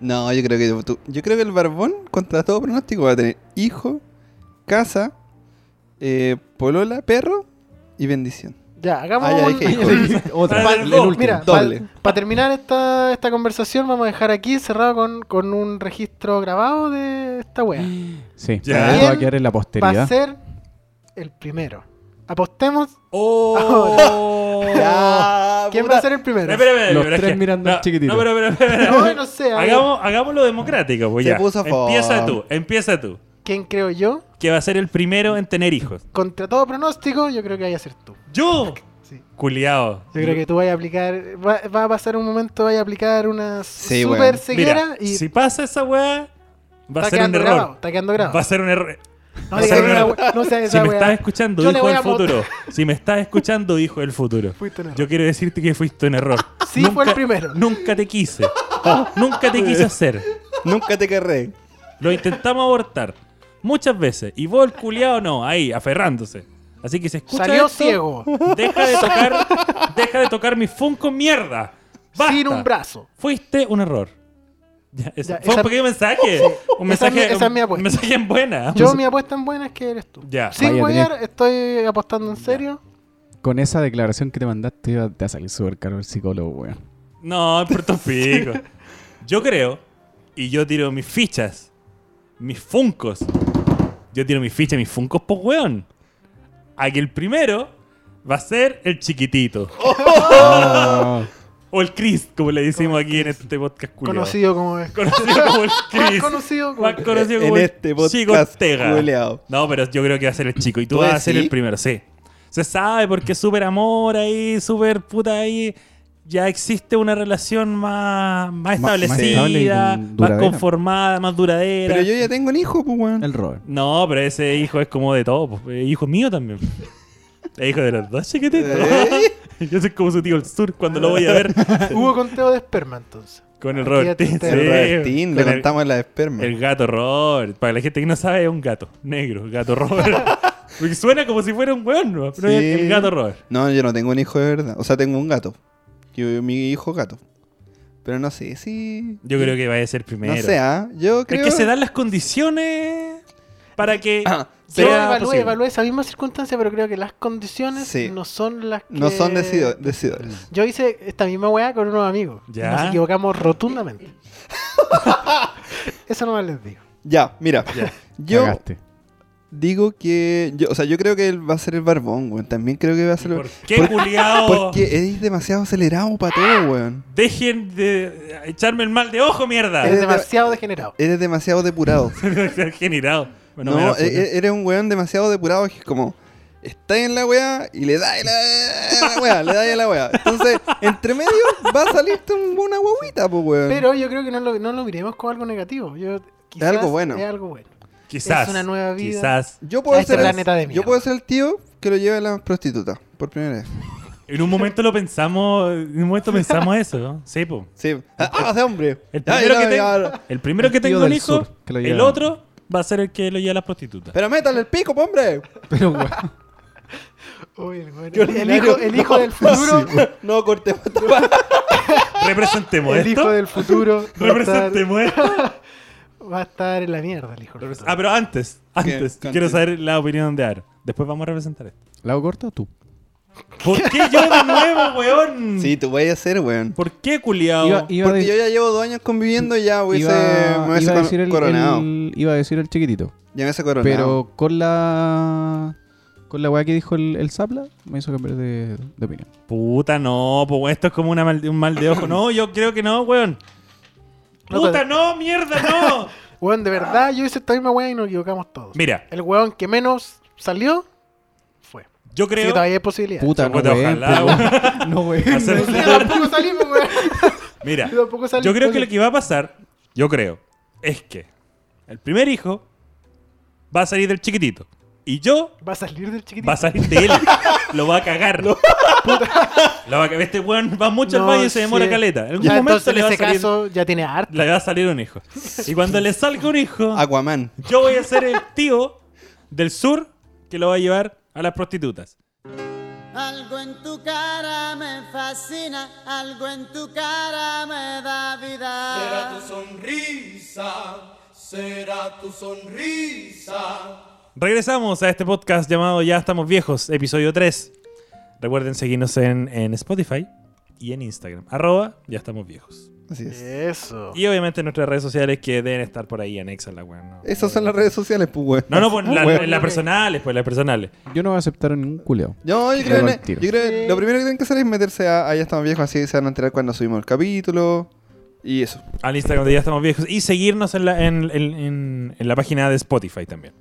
No, yo creo que tú- yo creo que el barbón, contra todo pronóstico, va a tener hijo, casa, eh, polola, perro y bendición.
Ya, hagamos
Ah,
un-
ya
Oh,
dije hijos.
Otra. el
Para el
último.
gol.
Mira,
doble.
para terminar esta, esta conversación, vamos a dejar aquí cerrado con, con un registro grabado de esta wea.
Sí.
Ya.
Esto va a quedar en la
Va a
posteridad.
ser el primero. Apostemos
¡Oh!
Ya,
quién
Ah, puta.
va a ser el primero.
Espera, espera, espera,
Los
pero es
tres
que-
mirando
no,
al chiquitito.
No, pero, pero, pero, pero-
No, no sé. a ver,
Hagamos, hagámoslo democrático, pues
Se
ya.
puso fome.
empieza tú, empieza tú.
¿Quién creo yo?
Que va a ser el primero en tener hijos.
Contra todo pronóstico, yo creo que vaya a ser tú.
¡Yo!
Sí.
Culiao.
Yo creo que tú vayas a aplicar. Va, va a pasar un momento, vaya a aplicar una
Sí,
super
weón.
ceguera
Mira,
y
si pasa esa weá, va
está
a ser un
quedando grabado.
error.
Está quedando grabado.
Va a ser un error.
no,
va a
digas
ser
una
un-
we- no seas
Si
esa
me
wea.
estás escuchando,
Yo le
hijo
voy
del
a votar.
futuro. Si me estás escuchando, hijo del futuro.
Fuiste un error.
Yo quiero decirte que fuiste un error.
Sí, fue el primero.
Nunca te quise. nunca te quise hacer.
Nunca te querré.
Lo intentamos abortar. Muchas veces. Y vos, el culiao, no. Ahí, aferrándose. Así que se escucha
Salió
esto,
ciego.
Deja de tocar, deja de tocar mi Funko mierda. Basta.
Sin un brazo.
Fuiste un error. Ya, eso.
Ya,
Fue
esa-
un pequeño mensaje. Un
Esa es mi-
mensaje,
esa es mi
un
apuesta.
mensaje en buena.
Yo, mi apuesta en buena es que eres tú.
Ya.
Sin
Vaya,
huevear, estoy apostando en serio.
Con esa declaración que te mandaste, iba- te va a salir súper caro el psicólogo, weón.
No, Puerto Pico. Yo creo, y yo tiro mis fichas, mis funcos. Yo tiro mis fichas, mis funcos, pues weón. A que el primero va a ser el chiquitito.
Oh.
O el Chris, como le decimos aquí en este podcast culiao.
Conocido como es.
Conocido como el Chris.
Más conocido como.
Más conocido
En
como el
este podcast
Chico Ortega.
culeado.
No, pero yo creo que va a ser el chico. Y tú
¿Tú
vas a
decís?
ser el primero, sí. Se sabe porque es súper amor ahí, súper puta ahí. Ya existe una relación más, más
más estable y
establecida,
con-
más
duradera.
conformada, más duradera.
Pero yo ya tengo un hijo, pues, weón.
El Robert.
No, pero ese hijo es como de todo. pues, eh, Hijo mío también. Es hijo de los dos chiquititos.
¿Eh?
Yo soy como su tío el sur cuando lo voy a ver
Hubo conteo de esperma entonces.
con el
Aquí
Robertín.
está
El
sí,
Robertín, le
con el-
contamos las espermas.
El gato Robert. Para la gente que no sabe, es un gato negro, el gato Robert. Porque suena como si fuera un weón, ¿no? Pero es
Sí.
el gato Robert.
No, yo no tengo un hijo de verdad. O sea, tengo un gato. Yo, mi hijo gato. Pero no sé si.
Yo creo que va a ser primero.
No sé, ¿ah? Yo creo.
Es que se dan las condiciones para que
Ah,
Yo
sea
evalué,
posible.
evalué esa misma circunstancia, pero creo que las condiciones
Sí.
no son las que.
No son decido- decidores.
Yo hice esta misma weá con unos amigos. y
Ya.
Nos equivocamos rotundamente. Eso no más les digo.
Ya, mira.
Ya.
Yo
Cagaste.
digo que. Yo, o sea, yo creo que él va a ser el barbón, weón. También creo que va a ser el
¿Por qué, culiao?
Porque es demasiado acelerado para todo, weón.
Dejen de echarme el mal de ojo, mierda.
Eres
de-
demasiado degenerado.
Eres demasiado depurado.
Ser generado. Bueno,
no,
me da
e-
pena.
e- eres un weón demasiado depurado que es como. Está en la weá y le da en la, a la weá, le da en la weá. Entonces, entre medio va a salirte un- una guaguita, pues weón.
Pero yo creo que no lo, no lo miremos como algo negativo. Yo, quizás
algo bueno.
Es algo bueno.
quizás.
es una nueva vida.
Quizás.
Yo puedo
A este
ser
planeta de
el,
mierda.
yo puedo ser el tío que lo lleve a la prostituta por primera vez.
En un momento lo pensamos. En un momento pensamos eso, ¿no? Sí, po.
Sí. Ah, ah, de hombre.
El
Ya,
primero,
ya,
que
ya,
tengo, el primero que
El tío
tengo un
del
hijo,
sur, que lo
el
lleva.
otro va a ser el que lo lleva a las prostitutas.
Pero métale el pico, po, hombre.
Pero, weón,
Uy, el weón-
Qué
el
ordinario.
hijo, el hijo
No,
del futuro.
No, corté pata.
Representemos
El hijo
esto.
del futuro. Va a, estar,
Representemos esto.
va a estar en la mierda el hijo. del
Ah, pero antes, antes,
¿Qué?
quiero
Antes.
saber la opinión de Aro. Después vamos a representar esto.
¿la hago corta o tú?
¿Por qué yo de nuevo, weón?
Sí, te voy a hacer, weón.
¿Por qué, culiao?
Iba, iba
Porque
de-
yo ya llevo dos años conviviendo y ya hubiese,
iba-
me hubiese
iba a
cor-
decir el-
coronado.
el- iba a decir el chiquitito.
Ya me hubiese coronado.
Pero con la. Con la weá que dijo el, el Zapla, me hizo cambiar de, de opinión.
Puta, no, pues esto es como una mal- un mal de ojo. No, yo creo que no, weón.
No,
Puta,
pero-
no, mierda, no.
Weón, de verdad, yo hice esta misma weá y nos equivocamos todos.
Ah. Mira,
El weón que menos salió fue.
yo
Así
creo.
que todavía hay posibilidades.
Puta, no,
Puta,
weón.
ojalá,
pues, No, weón.
Hacer-
Yo tampoco salimos, weón.
Mira,
Yo tampoco salí,
yo creo que
entonces-
lo que va a pasar, yo creo, es que el primer hijo va a salir del chiquitito. Y yo
Va a salir del chiquitito.
va a salir de él. lo va a cagar. Lo va a cagar. Este weón va mucho
No,
al baño y se demora
sí.
caleta. En algún
Ya,
momento
entonces,
le
en
va, a
ese
salir,
caso, ya tiene harto.
le va a salir un hijo. Y cuando le salga un hijo,
Aquaman.
yo voy a ser el tío del sur que lo va a llevar a las prostitutas.
Algo en tu cara me fascina, algo en tu cara me da vida.
Será tu sonrisa, será tu sonrisa.
Regresamos a este podcast llamado Ya estamos viejos, episodio 3. Recuerden seguirnos en, en Spotify y en Instagram. Arroba Ya estamos viejos.
Así es.
Eso.
Y obviamente nuestras redes sociales que deben estar por ahí anexas la weá. No,
Esas son las redes sociales, pues, weón.
No, no, pues la-
Weón.
las personales, pues las personales.
Yo no voy a aceptar a ningún culeo.
No, yo
Te
creo,
hago
que,
el tiro.
yo creo que lo primero que tienen que hacer es meterse a, a Ya estamos viejos, así se van a enterar cuando subimos el capítulo. Y eso.
Al Instagram de Ya estamos viejos. Y seguirnos en la, en, en- en- en la página de Spotify también.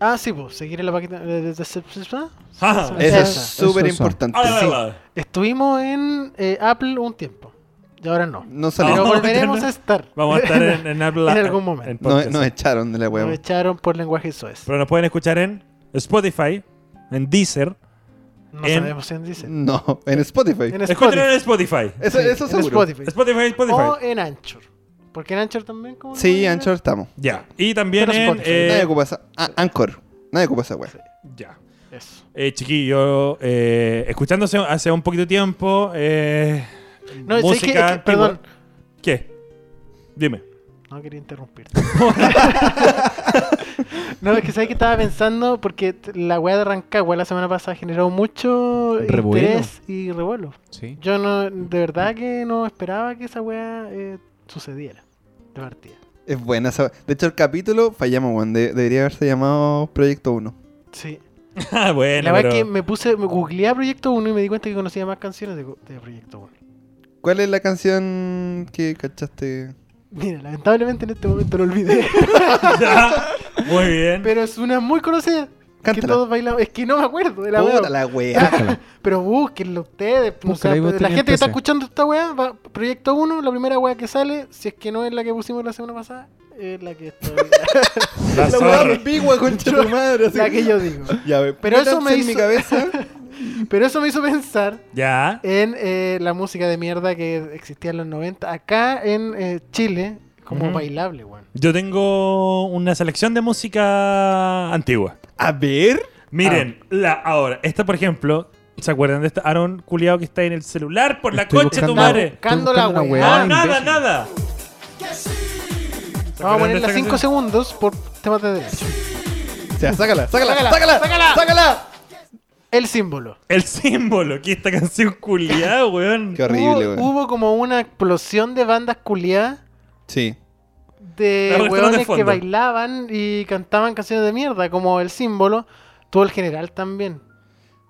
Ah, sí, pues, seguir en la página de, de- de-
Ah,
Eso es
Eso,
súper
eso.
importante.
Ahora, ahora,
Estuvimos en eh, Apple un tiempo. Y ahora no.
No
Pero
salimos.
No,
volveremos
ya no.
a estar.
Vamos a estar en, en Apple-
En algún momento.
en
No,
podcast.
nos echaron de la
Lo
weón.
echaron por lenguaje soez.
Pero nos pueden escuchar en Spotify, en Deezer.
No
en-
sabemos si en Deezer.
No, en Spotify.
En
Escuchen en
Spotify.
Spotify.
Eso,
Sí,
eso
en
seguro.
Spotify.
Spotify, Spotify.
O en Anchor. Porque en Anchor también. como
Sí, Anchor estamos.
Ya. Y también
Pero
en.
Spotify.
eh,
Nadie ocupa esa. ah, Anchor. Nadie ocupa esa weón.
ya.
Eso.
Eh, chiquillo, eh, escuchándose hace un poquito de tiempo. eh,
No, sé que,
música.
es que- perdón.
antigua. ¿Qué? Dime.
No quería interrumpirte. no, es que sabes que estaba pensando porque t- la weá de Rancagua la semana pasada generó mucho
Revuelo.
interés y revuelo.
Sí.
Yo no, de verdad que no esperaba que esa weá eh, sucediera de partida.
Es buena esa. De hecho, el capítulo fallamos, weón. De- debería haberse llamado Proyecto 1.
Sí.
Ah, bueno.
la verdad es
pero-
que me puse, me googleé a Proyecto 1 y me di cuenta que conocía más canciones de, de Proyecto 1.
¿Cuál es la canción que cachaste?
Mira, lamentablemente en este momento lo olvidé,
Ya. Muy bien.
pero es una muy conocida. Que
Cántala.
todos bailamos. Es que no me acuerdo de la weá.
Puta la weá.
Pero búsquenlo ustedes. no
Búscala,
sé,
ahí vos
la
tenías
gente que está
PC.
escuchando esta weá, va- Proyecto 1, la primera weá que sale, si es que no es la que pusimos la semana pasada, es la que estoy,
La
La
zorra.
weá ambigua, concha de tu madre. así.
la que yo digo.
Ya, ve,
Pero eso
métanse
me
en mi
hizo-
cabeza.
Pero eso me hizo pensar
Ya.
en eh, la música de mierda que existía en los 90, acá en eh, Chile, como
Ujú.
bailable, weón.
Yo tengo una selección de música antigua.
A ver.
Ah.
Miren, la ahora, esta por ejemplo, ¿se acuerdan de esta Aaron culiado que está en el celular por la
Estoy
concha de tu
buscando-
madre?
Buscando la
buscando una
weá.
Ah,
weá,
nada,
imbécil.
nada.
Vamos a
acuerdan de
ponerla
esta
5
canción?
segundos por temas de derecho.
O sea, sácala, sácala,
Sácala,
sácala, sácala.
sácala. El símbolo.
El símbolo que esta canción culiada, weón.
Qué horrible,
hubo,
weón.
hubo como una explosión de bandas culiadas
Sí.
Las
de
restaurante
hueones que
fondo.
bailaban y cantaban canciones de mierda, como el símbolo, tuvo el general también.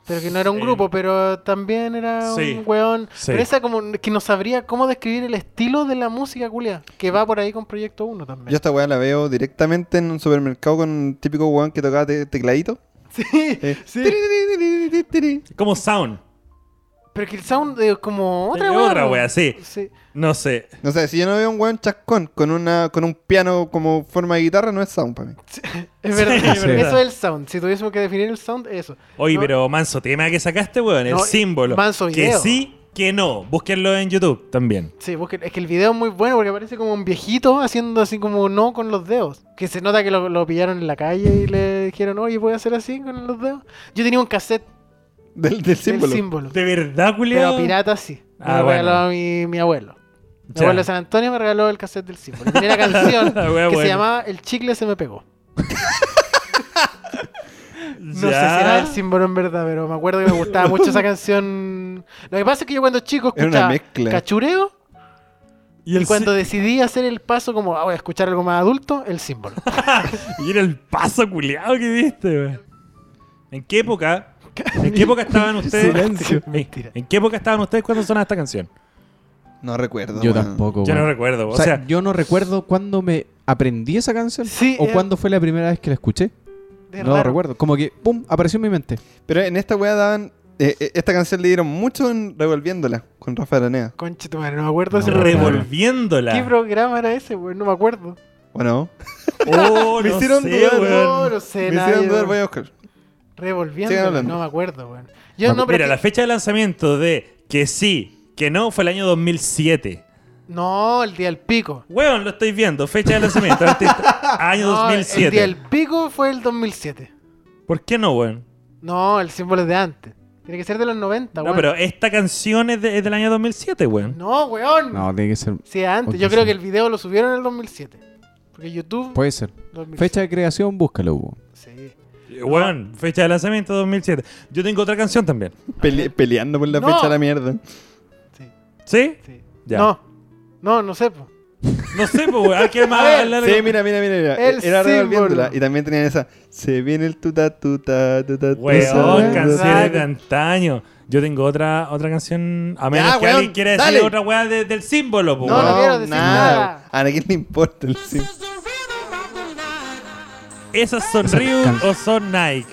Pero que no era un
Sí.
grupo, pero también era
Sí.
un hueón.
Sí.
Pero esa como que no sabría cómo describir el estilo de la música culia, que va por ahí con Proyecto 1 también.
Yo esta weá la veo directamente en un supermercado con un típico weón que tocaba te- tecladito.
Sí,
Eh,
sí.
tiri, tiri, tiri, tiri, tiri.
Como sound.
Pero que el sound es como otra
Eh,
hueá.
otra
¿no?
wea, sí.
Sí.
No sé.
No sé, si yo no veo un weón chascón con una con un piano como forma de guitarra, no es sound para mí.
Es verdad,
Sí,
es
sí.
verdad. Eso es el sound. Si tuviésemos que definir el sound, eso.
Oye,
No,
pero manso tema que sacaste, weón, el
No,
símbolo.
manso
que
video.
sí, que no. Búsquenlo en YouTube también.
Sí, busquen- es que el video es muy bueno porque aparece como un viejito haciendo así como no con los dedos. Que se nota que lo, lo pillaron en la calle y le dijeron, oye, ¿puedes hacer así con los dedos? Yo tenía un cassette
Del, del símbolo.
del símbolo.
De verdad,
Pero
culiado.
pirata sí. Me
Ah,
lo
bueno.
regaló mi, mi abuelo. Mi
Ya.
abuelo de San Antonio me regaló el cassette del símbolo. Tenía una canción
Ah,
que
wea,
se
bueno.
llamaba El chicle se me pegó. No sé si era
Ya.
el símbolo en verdad, pero me acuerdo que me gustaba mucho esa canción. Lo que pasa es que yo cuando chico
Era una
escuchaba
mezcla.
cachureo
Y,
y,
el
cuando
sí-
decidí hacer el paso como "Ah, voy a escuchar algo más adulto, el símbolo.
y era el paso culiado que diste, güey. ¿En qué época? ¿En qué época estaban ustedes?
Silencio.
¿En-
Mentira.
¿En qué época estaban ustedes cuando sonaba esta canción?
No recuerdo.
Yo
weón.
tampoco.
Yo no
weón.
recuerdo.
O
O
sea,
sea,
yo no recuerdo cuándo me aprendí esa canción
Sí,
o
eh,
cuándo fue la primera vez que la escuché.
Es
no
raro.
recuerdo. Como que, ¡pum!, apareció en mi mente.
Pero en esta weá daban. eh, eh, esta canción le dieron mucho en revolviéndola con Rafa Aranea.
Conche tu madre, no me acuerdo
No,
ese
recuerdo.
programa.
revolviéndola.
¿Qué programa era ese, güey? No me acuerdo.
Bueno,
Oh,
Me
no
hicieron
sé,
dudar,
weón.
No, no sé,
me
nada,
hicieron
yo-
dudar, voy a buscar. Sigan
Revolviendo,
hablando.
no me acuerdo, güey. Yo no, pero
Mira,
es
la
que-
fecha de lanzamiento de que sí, que no fue el año 2007.
No, el día del pico.
Weón, lo estoy viendo. Fecha de lanzamiento. artista, año
No, El día
2007.
del pico fue el 2007.
¿Por qué no, weón?
No, el símbolo es de antes. Tiene que ser de los 90,
No,
güey.
pero esta canción es, de- es del año 2007, weón.
No, weón.
No, tiene que ser.
Sí, antes.
Ok,
Yo creo
sí.
que el video lo subieron en el 2007. Porque YouTube.
Puede ser.
2007.
Fecha de creación, búscalo. weón.
Sí.
Eh, Weón, fecha de lanzamiento 2007. Yo tengo otra canción también.
Pele- peleando por la
No.
fecha de la mierda.
Sí,
¿Sí?
sí.
Ya.
No. No, no sé, po.
No sé, pues, weón. Hay que más
A ver,
hablar
Sí,
con-
mira, mira, mira. mira.
El
Era revolviéndola.
símbolo.
Y también tenían esa. Se viene el tuta, tuta, tuta, tuta.
Weón,
tuta,
canciones de
tuta".
antaño. Yo tengo otra, otra canción. A menos que
weón,
alguien quiera decir
dale.
otra weá de- del símbolo, pues,
No,
weón.
no quiero decir nada.
¿A quién le importa el símbolo?
Esas son Ryu
can-
o son Nike.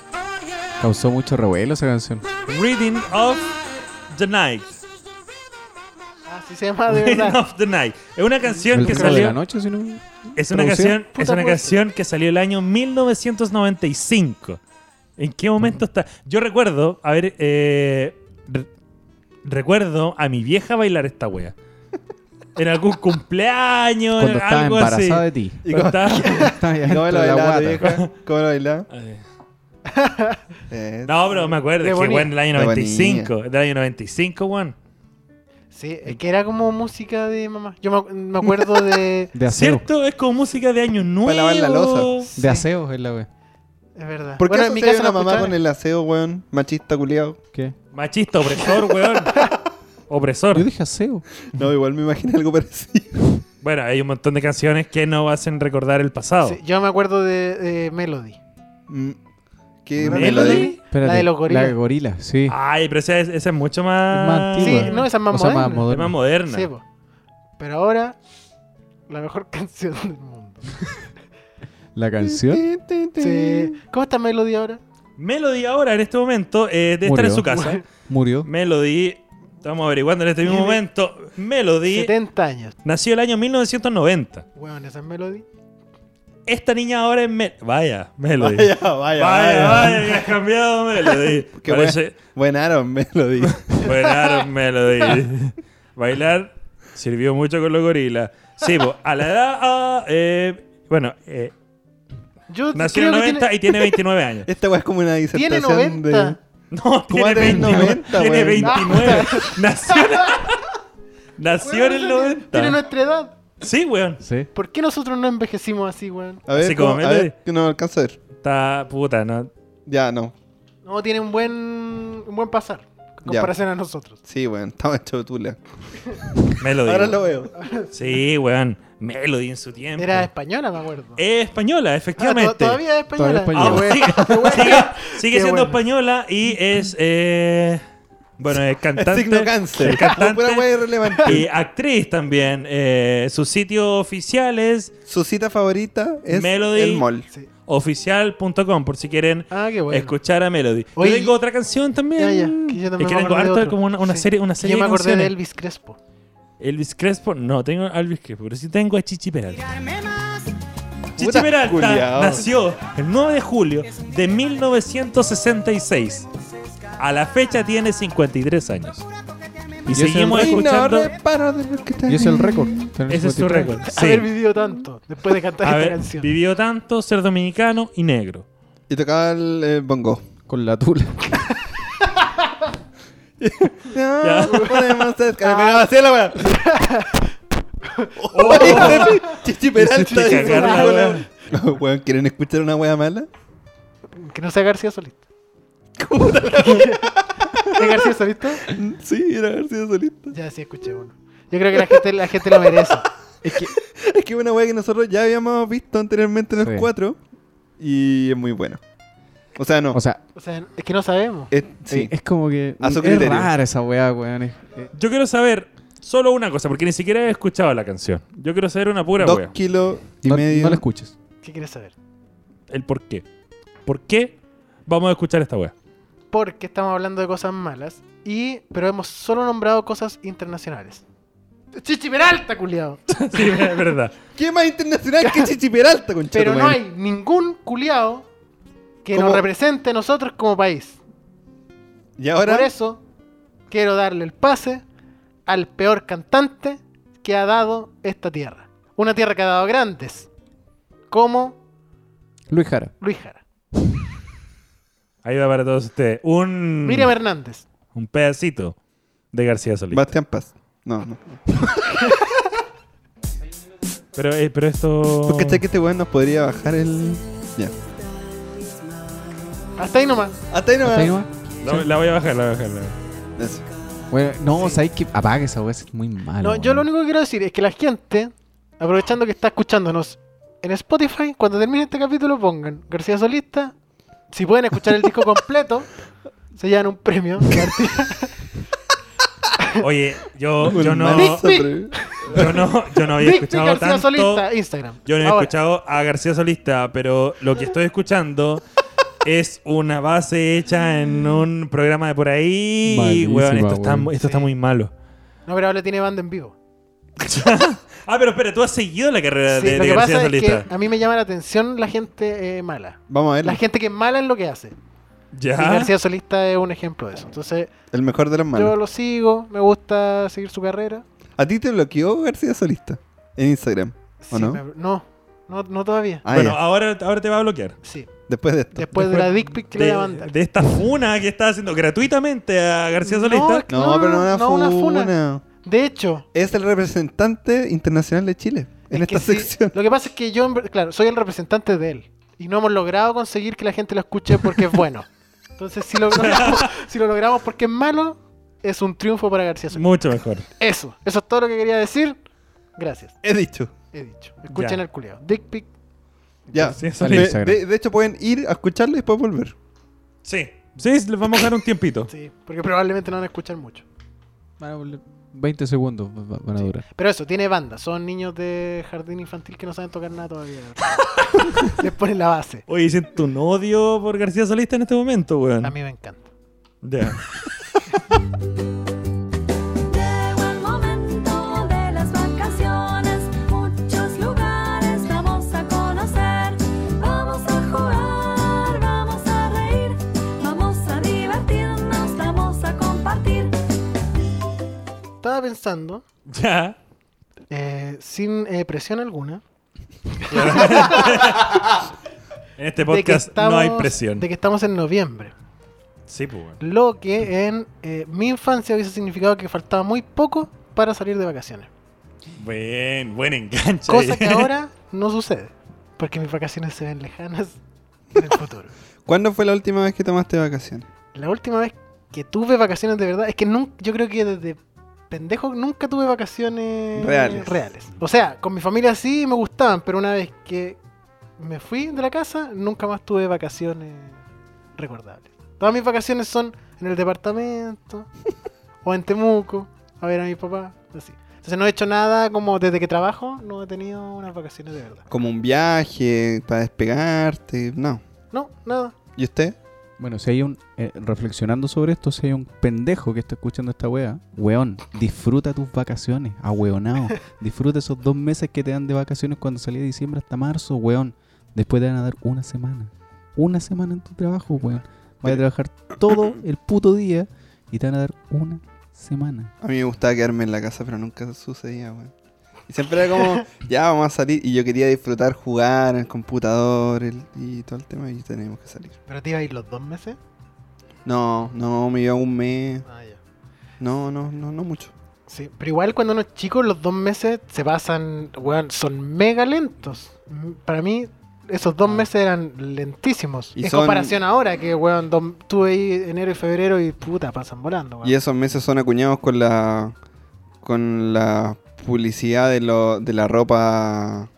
Causó mucho revuelo esa canción.
Reading of the Night.
Así Ah, se llama de
Reading
verdad.
of the Night. Es una canción
El
que
perro de la
salió.
noche, si no.
Es una
Traducida.
canción, es
Puta
una
puede
canción que salió el año 1995. ¿En qué momento está? Yo recuerdo, a ver, eh, re- recuerdo a mi vieja bailar esta wea. En algún cumpleaños,
Cuando estaba
algo así.
embarazada de ti.
¿Y
Cuando
cómo,
estaba-
Estaba
y
dentro
cómo
de
la
la
bailaba tu
guata.
vieja? ¿Cómo la bailaba? Eh,
No, pero me acuerdo,
De
que
bonita.
weón, del año
De
95. Del año 95, weón.
Sí, es que era como música de mamá. Yo me, me acuerdo de.
De aseo.
¿Cierto? Es como música de año nuevo.
lavar la loza.
De aseo es la wea.
Es verdad.
¿Por qué
Bueno,
en mi casa una
no
mamá
escuchaban.
con el aseo, weón? Machista, culiado.
¿Qué?
Machista, opresor, weón. Opresor.
Yo dije aseo.
No, igual me imaginé algo parecido.
Bueno, hay un montón de canciones que nos hacen recordar el pasado.
Sí, yo me acuerdo de, de Melody.
Mm, ¿Qué
¿Melody?
melodía?
Espérate,
La de los gorilas.
La de gorila, sí.
Ay, pero esa es, esa es mucho más.
Es más
Sí,
antigua.
no, esa es más
O sea, más
moderna.
es más
moderna.
moderna.
Sí, po. Pero ahora, la mejor canción del mundo.
La canción.
Sí. ¿Cómo está Melody ahora?
Melody ahora, en este momento, eh, debe estar
Murió.
en su casa.
Murió.
Melody, estamos averiguando en este mismo
Tiene
momento. Melody
70 años.
nació el año 1990.
Weón, esa es Melody.
Esta niña ahora es Mel- Vaya, Melody. Vaya,
Vaya, vaya,
vaya,
vaya.
que has cambiado Melody.
Qué
Parece,
Buen Aaron, Melody.
Bailar Melody. Bailar sirvió mucho con los gorilas. Sí, po, a la edad. ah, eh, bueno, eh,
Yo
nació en el
creo que
90 y tiene 29 años.
Esta weá es como una
tiene, tiene
disertación
90.
de.
No,
va a
tiene
tener
29.
90,
tiene
weón?
29. Nació, nació en el
Weón, Tiene
90.
nuestra edad.
Sí, weón.
Sí.
¿Por qué nosotros no envejecimos así, weón?
A ver,
Así como
¿cómo? a
Melody.
ver, que no alcanzo a ver.
Está puta, ¿no?
Ya, no.
No, tiene un buen, un buen pasar. En
Ya.
comparación a nosotros.
Sí, weón, estaba hecho tula.
Melody.
Ahora lo veo.
Sí, weón. Melody en su tiempo.
Era española, me acuerdo.
Es española,
Ah,
efectivamente.
to- todavía es española.
Todavía
Ahora
es
Qué
sigue,
bueno, qué Ah, bueno.
sigue- sigue
Qué
siendo
bueno.
española y es. eh, bueno, es
El
cantante.
signo cáncer.
es cantante
Pura weá irrelevante.
y actriz también. Eh, su sitio oficial es
Su cita favorita es
Melody.
el mall.
Sí.
oficial.com por si quieren
Ah, qué bueno.
escuchar a Melody.
Oye,
yo tengo otra canción también.
Ya, ya, que yo también
es que
me
tengo
acordé de
harto
otro.
como una, una
Sí.
serie, una serie
Yo me acordé
canciones.
de Elvis Crespo.
Elvis Crespo, no tengo a Elvis Crespo, pero sí tengo a Chichi Peralta. Chichi
Puta,
Peralta
culiao.
nació el 9 de julio de 1966. A la fecha tiene 53 años. Y,
es el
seguimos
récord.
escuchando.
¿eh?
reparo de lo que está
Y es el
ahí.
récord. Está en
Ese es su
Spotify.
récord. Sí.
Haber vivido tanto después de cantar esta
Haber
canción.
vivido tanto, ser dominicano y negro.
Y tocaba el eh, bongo.
Con la tula.
No, podemos descargar. así la weá. Oh. Chichi Peralta.
Te
dice,
cagaron la wea.
Weón, ¿quieren escuchar una wea mala?
Que no sea García Solista. ¿Es García Solista?
Sí, era García Solista.
Ya sí escuché uno. Yo creo que la gente, la gente lo merece.
Es que una wea que nosotros ya habíamos visto anteriormente en los
Sí.
cuatro. Y es muy buena. O sea, no.
O sea, eh,
O sea, es que no sabemos.
es- sí.
es como que.
A su
es
criterio.
rara esa weá, weón. Es- eh,
Yo quiero saber solo una cosa, porque ni siquiera he escuchado la canción. Yo quiero saber una pura
Dos
wea.
kilos y
No,
medio.
no la escuches.
¿Qué quieres saber?
El por qué. ¿Por qué vamos a escuchar esta wea?
Porque estamos hablando de cosas malas. Y, pero hemos solo nombrado cosas internacionales. Chichi Peralta, culiao.
sí, es verdad.
¿Qué más internacional que Chichi Peralta, con
Pero no hay ningún culiao que nos
¿Cómo?
represente a nosotros como país.
Y ahora.
Por eso quiero darle el pase al peor cantante que ha dado esta tierra. Una tierra que ha dado grandes, como
Luis Jara.
Luis Jara.
Ahí va para todos ustedes. Un,
Miriam Hernández.
un pedacito de García Solís.
Bastián Paz. No, no.
Pero, eh, pero esto.
Porque sé que este weón nos podría bajar el. Ya.
Hasta ahí nomás.
Hasta ahí
¿Hasta ahí
nomás.
nomás?
La, la voy a bajar, la voy a bajar. la voy a bajar.
Eso.
Bueno, no, sabes que apaga esa weá, es muy malo.
No, yo
weón.
lo único que quiero decir es que la gente, aprovechando que está escuchándonos en Spotify, cuando termine este capítulo pongan García Solista. Si pueden escuchar el disco completo, se llevan un premio.
Oye, Oh, yo, yo, no,
Hermanazo,
Big
pero-
yo no. Yo no había
Big Big
escuchado
García
tanto.
Solista, Instagram.
Yo no he
Ahora,
escuchado a García Solista, pero lo que estoy escuchando es una base hecha en un programa de por ahí. Y,
Malísima,
weón, esto, está,
weón.
mu- esto está muy malo.
No, pero ahora tiene banda en vivo.
ah, pero espera, tú has seguido la carrera
Sí,
de,
lo
de
que
García
pasa es
Solista.
que a mí me llama la atención la gente eh, mala.
Vamos a ver.
La gente que es mala en lo que hace. Y
Ya.
García Solista es un ejemplo de eso. Entonces,
El mejor de los
yo
malos.
lo sigo, me gusta seguir su carrera.
¿A ti te bloqueó García Solista? En Instagram. ¿O
Sí,
no?
me- no, no, no todavía.
Ah,
bueno,
ya.
ahora, ahora te va a bloquear.
Sí,
Después de esto.
después, de la dick pic que le
de,
voy a mandar.
de esta funa que está haciendo gratuitamente a García
No,
Solista.
es
No, pero no una,
no, una
funa.
funa. De hecho,
Es el representante internacional de Chile. En
es que
esta
sí,
sección.
lo que pasa es que yo, en ver- claro, soy el representante de él. Y no hemos logrado conseguir que la gente lo escuche porque es bueno. Entonces, si lo logramos, si lo logramos porque es malo, es un triunfo para García Solís.
Mucho mejor.
Eso, eso es todo lo que quería decir. Gracias,
He dicho.
he dicho. Escuchen
Ya.
al culeado. Dick pic.
Ya.
García
De,
Solista.
de- de hecho, pueden ir a escucharlo y después volver.
Sí. Sí, le vamos a dar un tiempito.
Sí, porque probablemente no van a escuchar mucho.
Van a- 20 segundos va- van a durar.
Pero eso, tiene banda. Son niños de jardín infantil que no saben tocar nada todavía. Les ponen la base.
Oye, siento un odio por García Solista en este momento, weón.
A mí me encanta.
Ya.
Llegó el momento de las vacaciones, muchos lugares vamos a conocer, vamos a jugar, vamos a reír, vamos a divertirnos, vamos a compartir.
Estaba pensando,
Ya.
eh, sin eh, presión alguna,
En este
de que
podcast no hay
estamos-
presión.
De que estamos en noviembre.
Sí, pues bueno.
Lo que en eh, mi infancia hubiese significado que faltaba muy poco para salir de vacaciones.
Buen, buen enganche.
Cosa que ahora no sucede. Porque mis vacaciones se ven lejanas en el futuro.
¿Cuándo fue la última vez que tomaste vacaciones?
La última vez que tuve vacaciones de verdad, es que nunca, yo creo que desde pendejo nunca tuve vacaciones
Reales.
reales. O sea, con mi familia sí me gustaban, pero una vez que me fui de la casa, nunca más tuve vacaciones recordables. Todas mis vacaciones son en el departamento o en Temuco, a ver a mi papá, así. Entonces no he hecho nada como desde que trabajo, no he tenido unas vacaciones de verdad.
Como un viaje, para despegarte. No.
No, nada.
¿Y usted?
Bueno, si hay un. eh, reflexionando sobre esto, si hay un pendejo que está escuchando esta wea, weón, disfruta tus vacaciones, ahueonao. disfruta esos dos meses que te dan de vacaciones cuando salí de diciembre hasta marzo, weón. Después te van a dar una semana. Una semana en tu trabajo, weón. Vas a trabajar todo el puto día y te van a dar una semana.
A mí me gustaba quedarme en la casa, pero nunca sucedía, weón. Y siempre era como, ya vamos a salir. Y yo quería disfrutar, jugar en el computador el- y todo el tema. Y teníamos que salir.
¿Pero te iba a ir los dos meses?
No, no, me iba un mes.
Ah, ya.
No, no, no, no mucho.
Sí, pero igual cuando uno es chico, los dos meses se pasan, weón, son mega lentos. Mm, Para mí, esos dos meses eran lentísimos.
Ah. Y
en
son-
comparación ahora, que, weón, dom- tuve ahí enero y febrero y puta, pasan volando, weón.
Y esos meses son acuñados con la con la publicidad de, lo, de la ropa.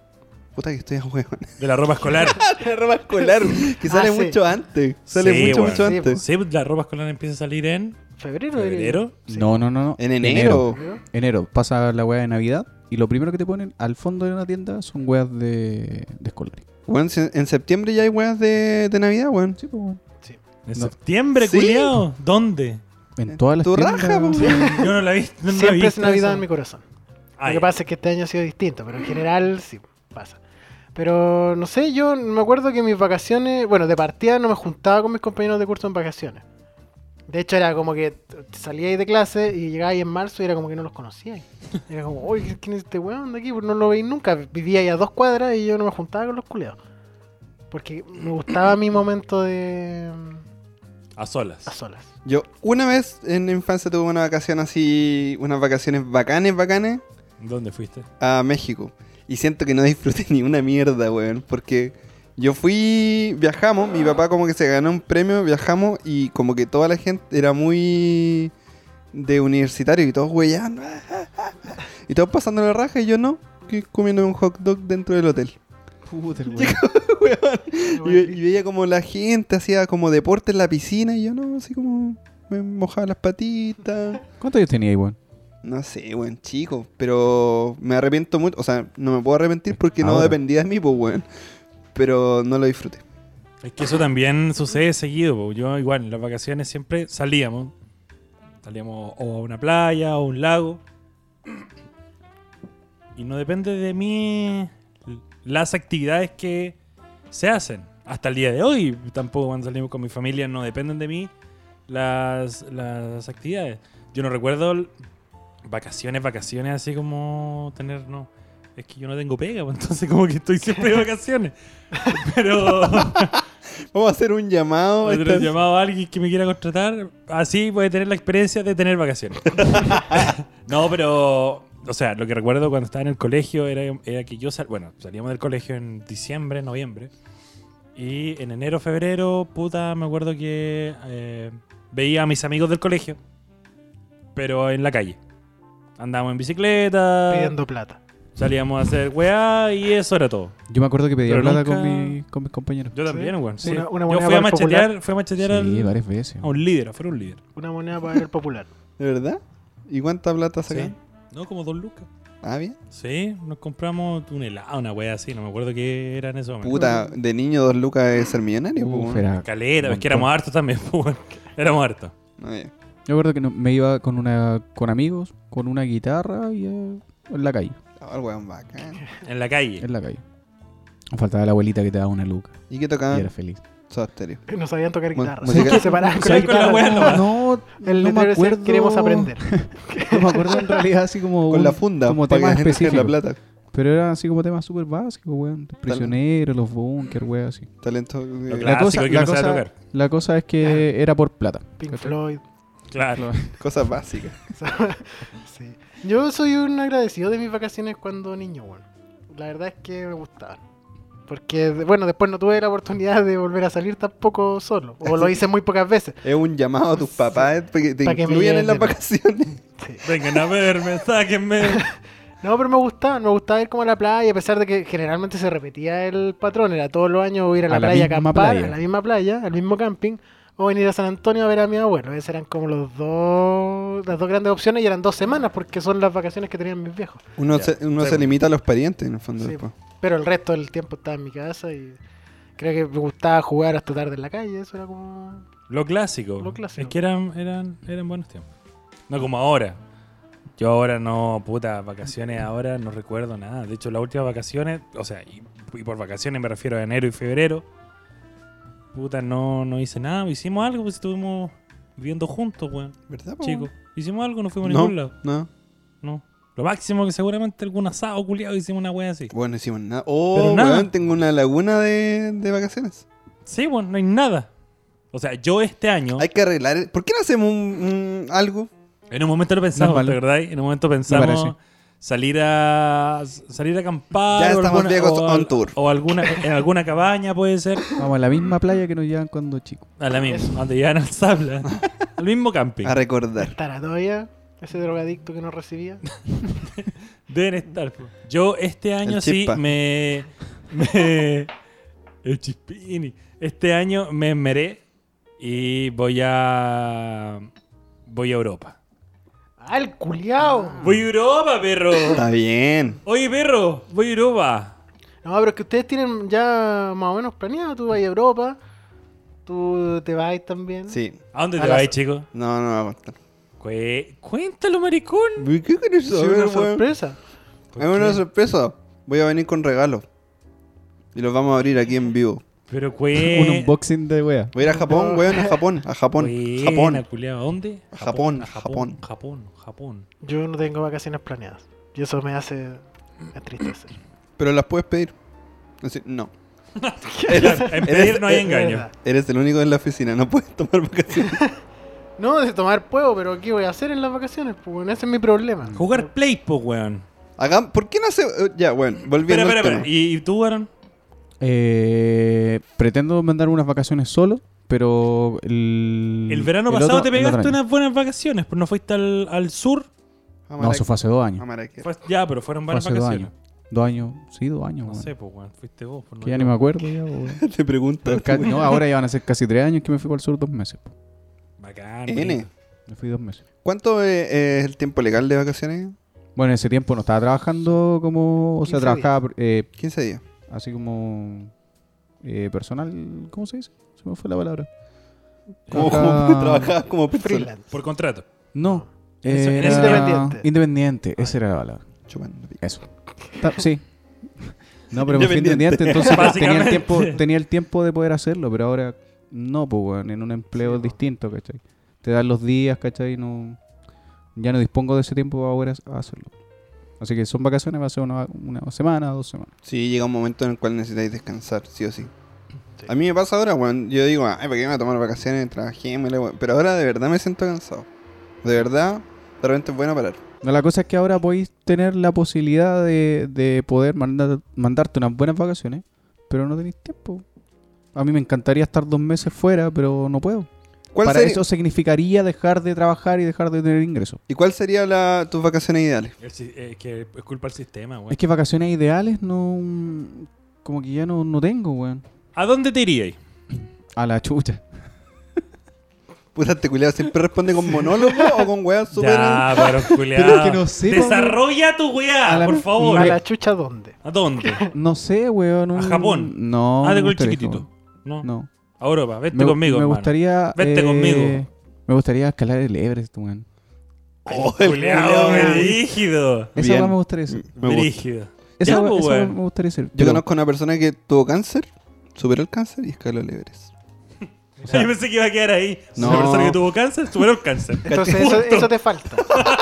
Puta que estoy a huevo.
De la ropa escolar.
la ropa escolar. Que sale
Ah, sí.
mucho antes. Sale
Sí,
mucho,
weón.
mucho
Sí, pues.
antes.
sí, la ropa escolar empieza a salir en
¿Febrero? era-
febrero.
No, no, no, no.
En enero.
¿Febrero?
Enero, pasa la weá de Navidad y lo primero que te ponen al fondo de una tienda son weas de, de escolares.
Weón, se- en septiembre ya hay weas de, de Navidad, weón.
Sí, pues, weón. No.
En septiembre,
Sí.
culiao. ¿Dónde?
En todas las
tu
tiendas.
raja, pues, po,
Yo no la vi. No la
Siempre
vi
es Navidad en mi corazón.
Ah,
Lo
ya.
que pasa es que este año ha sido distinto, pero en general sí pasa. Pero no sé, yo me acuerdo que mis vacaciones, bueno, de partida no me juntaba con mis compañeros de curso en vacaciones. De hecho, era como que t- salíais de clase y llegabais en marzo y era como que no los conocíais. Era como, oye, ¿quién es este weón de aquí? Pues no lo veis nunca. Vivía ahí a dos cuadras y yo no me juntaba con los culeados. Porque me gustaba mi momento de. mm,
A solas.
a solas.
Yo una vez en la infancia tuve una vacación así, unas vacaciones bacanes, bacanes,
¿Dónde fuiste?
a México. Y siento que no disfruté ni una mierda, weón. Porque yo fui, viajamos, mi papá como que se ganó un premio, viajamos y como que toda la gente era muy de universitario y todos weyando. ah, ah, ah, ah, Y todos pasando la raja y yo no, que comiendo un hot dog dentro del hotel.
Puta, el weón.
Weón. Y, ve- y veía como la gente hacía como deporte en la piscina y yo no, así como me mojaba las patitas.
¿Cuántos años tenía ahí, weón?
No sé, weón, chico, pero me arrepiento mucho, o sea, no me puedo arrepentir porque no
Ahora.
dependía de mí, pues, weón. Pero no lo disfruté.
Es que eso también sucede seguido. po. Yo igual en las vacaciones siempre salíamos. Salíamos o a una playa o a un lago. Y no depende de mí las actividades que se hacen. Hasta el día de hoy, tampoco cuando salimos con mi familia, no dependen de mí las, las actividades. Yo no recuerdo l- vacaciones, vacaciones, así como tener, no. Es que yo no tengo pega, po, entonces como que estoy siempre de vacaciones. Pero...
Vamos a hacer un llamado.
Podría haber
esta-
llamado a alguien que me quiera contratar. Así voy a tener la experiencia de tener vacaciones. no, pero. O sea, lo que recuerdo cuando estaba en el colegio era, era que yo. sal- bueno, salíamos del colegio en diciembre, noviembre. Y en enero, febrero, puta, me acuerdo que eh, veía a mis amigos del colegio. Pero en la calle. Andábamos en bicicleta.
Pidiendo plata.
Salíamos a hacer weá y eso era todo.
Yo me acuerdo que pedía
Pero
plata
nunca-
con, mi- con mis compañeros.
Yo también, weón. sí.
Una- una
yo
buena
fui a
bar popular.
machetear, fui a machetear
Sí,
al-
varias veces.
a un líder, a fuera un líder.
Una moneda para el popular.
¿De verdad? ¿Y cuánta plata sacan?
Sí. No, como dos lucas.
Ah, bien.
Sí, nos compramos un helado, una wea así, no me acuerdo qué era en eso.
Puta, de niño dos lucas es ser millonario, pues,
Uf,
weón.
era
Calera,
un
es que éramos
montón.
hartos también, pues, bueno. éramos hartos.
Ah, bien.
Yo recuerdo que no- me iba con una con amigos, con una guitarra y eh, en la calle,
Ah, el weón bacán.
En la calle.
en la calle. Faltaba la abuelita que te daba una luca
¿Y qué
y
tocaban?
era feliz.
Soda Stereo.
No sabían tocar
Mu-
guitarra.
música-
Se separaban con la
Sí, con la
guitarra.
wea nomás.
No, no
El
me
letrero decía,
acuerdo.
queremos aprender.
No me acuerdo en realidad así como
Con
un-
la funda,
como
para que
tema
la gente saque
específico.
la plata.
Pero era así como temas súper básicos, weón. Prisioneros, los bunkers, weón, así.
Talento.
Lo
eh,
Clásico que
la
no sabe
cosa-
tocar.
La cosa es que era por plata.
Pink
¿cachai?
Floyd.
Claro.
Cosas básicas.
Sí. Yo soy un agradecido de mis vacaciones cuando niño, bueno. La verdad es que me gustaban. Porque, de- bueno, después no tuve la oportunidad de volver a salir tampoco solo. O lo hice muy pocas veces.
Es un llamado a tus papás para que te
Pa' que me
incluyan en
lleven
las
de-
vacaciones.
Sí.
Vengan a verme, sáquenme.
No, pero me gustaban. Me gustaba ir como a la playa, a pesar de que generalmente se repetía el patrón. Era todos los años ir a la,
A la
playa a
misma
acampar,
playa.
a la misma playa, al mismo camping. O venir a San Antonio a ver a mi abuelo. Esas eran como los dos, las dos grandes opciones y eran dos semanas porque son las vacaciones que tenían mis viejos.
Uno,
Ya,
se, uno se
seguro.
limita a los parientes, en el fondo.
Sí,
después.
Pero el resto del tiempo estaba en mi casa y creo que me gustaba jugar hasta tarde en la calle, eso era como...
Lo clásico.
Lo clásico.
Es que eran, eran, eran buenos tiempos. No como ahora. Yo ahora no, puta, vacaciones ahora no recuerdo nada. De hecho, las últimas vacaciones, o sea, y, y por vacaciones me refiero a enero y febrero. Puta, no, no hice nada. Hicimos algo, pues estuvimos viviendo juntos, weón.
¿Verdad, po?
Chicos, hicimos algo, no fuimos a
No,
ningún lado.
no.
No. Lo máximo que seguramente algún asado culiado hicimos una wea así.
Bueno, hicimos nada. Oh,
Pero nada.
weón, tengo una laguna de, de vacaciones.
Sí, bueno, no hay nada. O sea, yo este año,
Hay que arreglar. el- ¿Por qué no hacemos un, un algo?
en un momento lo pensamos,
No es malo.
¿te acordáis? En un momento
parece.
pensamos salir a salir a acampar
Ya
o
estamos
alguna-
viejos
o
on tour.
o alguna en alguna cabaña puede ser
Vamos a la misma playa que nos llevan cuando chicos.
a la misma, donde llegan al sabla, al mismo camping.
A recordar.
¿Estará todavía ese drogadicto que no recibía?
Deben estar. po. Yo este año sí
Chispa.
me, me- El chispini. Este año me enmeré y voy a. Voy a Europa.
¡Ah, el culiao!
¡Voy a Europa, perro!
Está bien.
Oye, perro, voy a Europa.
No, pero es que ustedes tienen ya más o menos planeado. Tú vas a Europa, tú te vas también.
Sí.
¿A dónde
A
te
la-
vas, chico?
No, no va a aguantar.
Cué- Cuéntalo, maricón.
¿Qué querés
Sí, una
saber, weón?
sorpresa.
Es una sorpresa. Voy a venir con regalo. Y los vamos a abrir aquí en vivo.
Pero
Un
cué.
unboxing de wea.
Voy a ir a Japón,
No.
weón, a Japón, a Japón,
Buena,
Japón.
culiao. ¿A dónde?
A Japón,
A
Japón.
Japón, Japón, Japón.
Yo no tengo vacaciones planeadas. Y eso me hace entristecer.
Pero las puedes pedir. Así, no.
En pedir no hay engaño.
Eres eh, el único en la oficina, no puedes tomar vacaciones.
No, de tomar puedo, pero ¿qué voy a hacer en las vacaciones? Pues bueno, ese es mi
eh.
problema.
Jugar play, po, weón.
Hagam- ¿Por qué no hace.? eh, Ya, bueno,
Espera,
volviendo.
espera,
al tema.
espera. ¿Y, y tú, Aaron?
Eh, pretendo mandar unas vacaciones solo, pero el,
El verano pasado te pegaste unas buenas vacaciones, pero no fuiste al, al sur.
No, eso fue hace dos años.
Amaraque.
Fue- ya, pero fueron
Fue
buenas
hace dos
vacaciones.
años. Dos años, sí, dos años.
No
weón.
sé, pues, weón. Fuiste vos. Por
que ya ni me acuerdo. ya, weón.
Te pregunto.
Pero ca- no, ahora ya van a ser casi tres años que me fui para el sur dos meses. po.
Bacán.
N.
N.
Me fui dos meses.
¿Cuánto es, es el tiempo legal de vacaciones?
Bueno, en ese tiempo no estaba trabajando como. O sea,
15
trabajaba eh,
15 días.
así como. eh, personal. ¿Cómo se dice? Se me fue la palabra.
Como,
Trabajaba-
como- trabajabas como persona.
Freelance.
Por contrato.
No.
Eso,
era-
independiente.
Independiente, esa era la palabra.
Chupando pico.
Eso. Ta- sí. No, pero me fui
Independiente.
independiente, entonces tenía el,
Básicamente.
tiempo, tenía el tiempo de poder hacerlo, pero ahora no, pues, weón, en un empleo
Sí, po.
distinto, ¿cachai? Te dan los días, ¿cachai? No, ya no dispongo de ese tiempo para poder ha- hacerlo. Así que son vacaciones, va a ser una, una semana, dos semanas.
Sí, llega un momento en el cual necesitáis descansar, sí o sí. A mí me pasa ahora, weón. Yo digo, ay, ¿para qué me voy a tomar vacaciones? Trabajé, me la weón. Pero ahora de verdad me siento cansado. De verdad, de repente es bueno parar.
No, la cosa es que ahora podéis tener la posibilidad de, de poder mandar, mandarte unas buenas vacaciones, pero no tenéis tiempo. A mí me encantaría estar dos meses fuera, pero no puedo.
¿Cuál
Para
sería-
eso significaría dejar de trabajar y dejar de tener ingresos.
¿Y cuál sería la, tus vacaciones ideales?
El si- eh, que es culpa del sistema, weón.
Es que vacaciones ideales no. Como que ya no, no tengo, weón.
¿A dónde te iríais?
A la chucha.
Puta, este culiado siempre responde con monólogo o con weas súper.
Ya, pero culiao.
Pero que no sé, pues,
Desarrolla tu weá,
A la-
por favor.
¿A la chucha dónde?
¿A dónde?
No sé, weón. un-
¿A Japón?
No.
ah,
me
de gol
gustaría
chiquitito.
Japón.
No.
No.
A Europa, vete
Me-
conmigo,
Me
hermano.
gustaría. eh,
Vete conmigo.
Me gustaría escalar el Everest, weón.
Oh, el
Culiao,
culiao.
brígido.
Esa
Bien.
weá me gustaría hacer.
Me gusta.
Brígido.
Esa,
Ya,
weá-
pues,
esa weá
weón.
me gustaría hacer.
Yo
pero-
conozco a una persona que tuvo cáncer, superó el cáncer y escaló el Everest.
Yo pensé que iba a quedar ahí.
No.
Una persona que tuvo cáncer, superó el cáncer.
Entonces eso, eso te falta.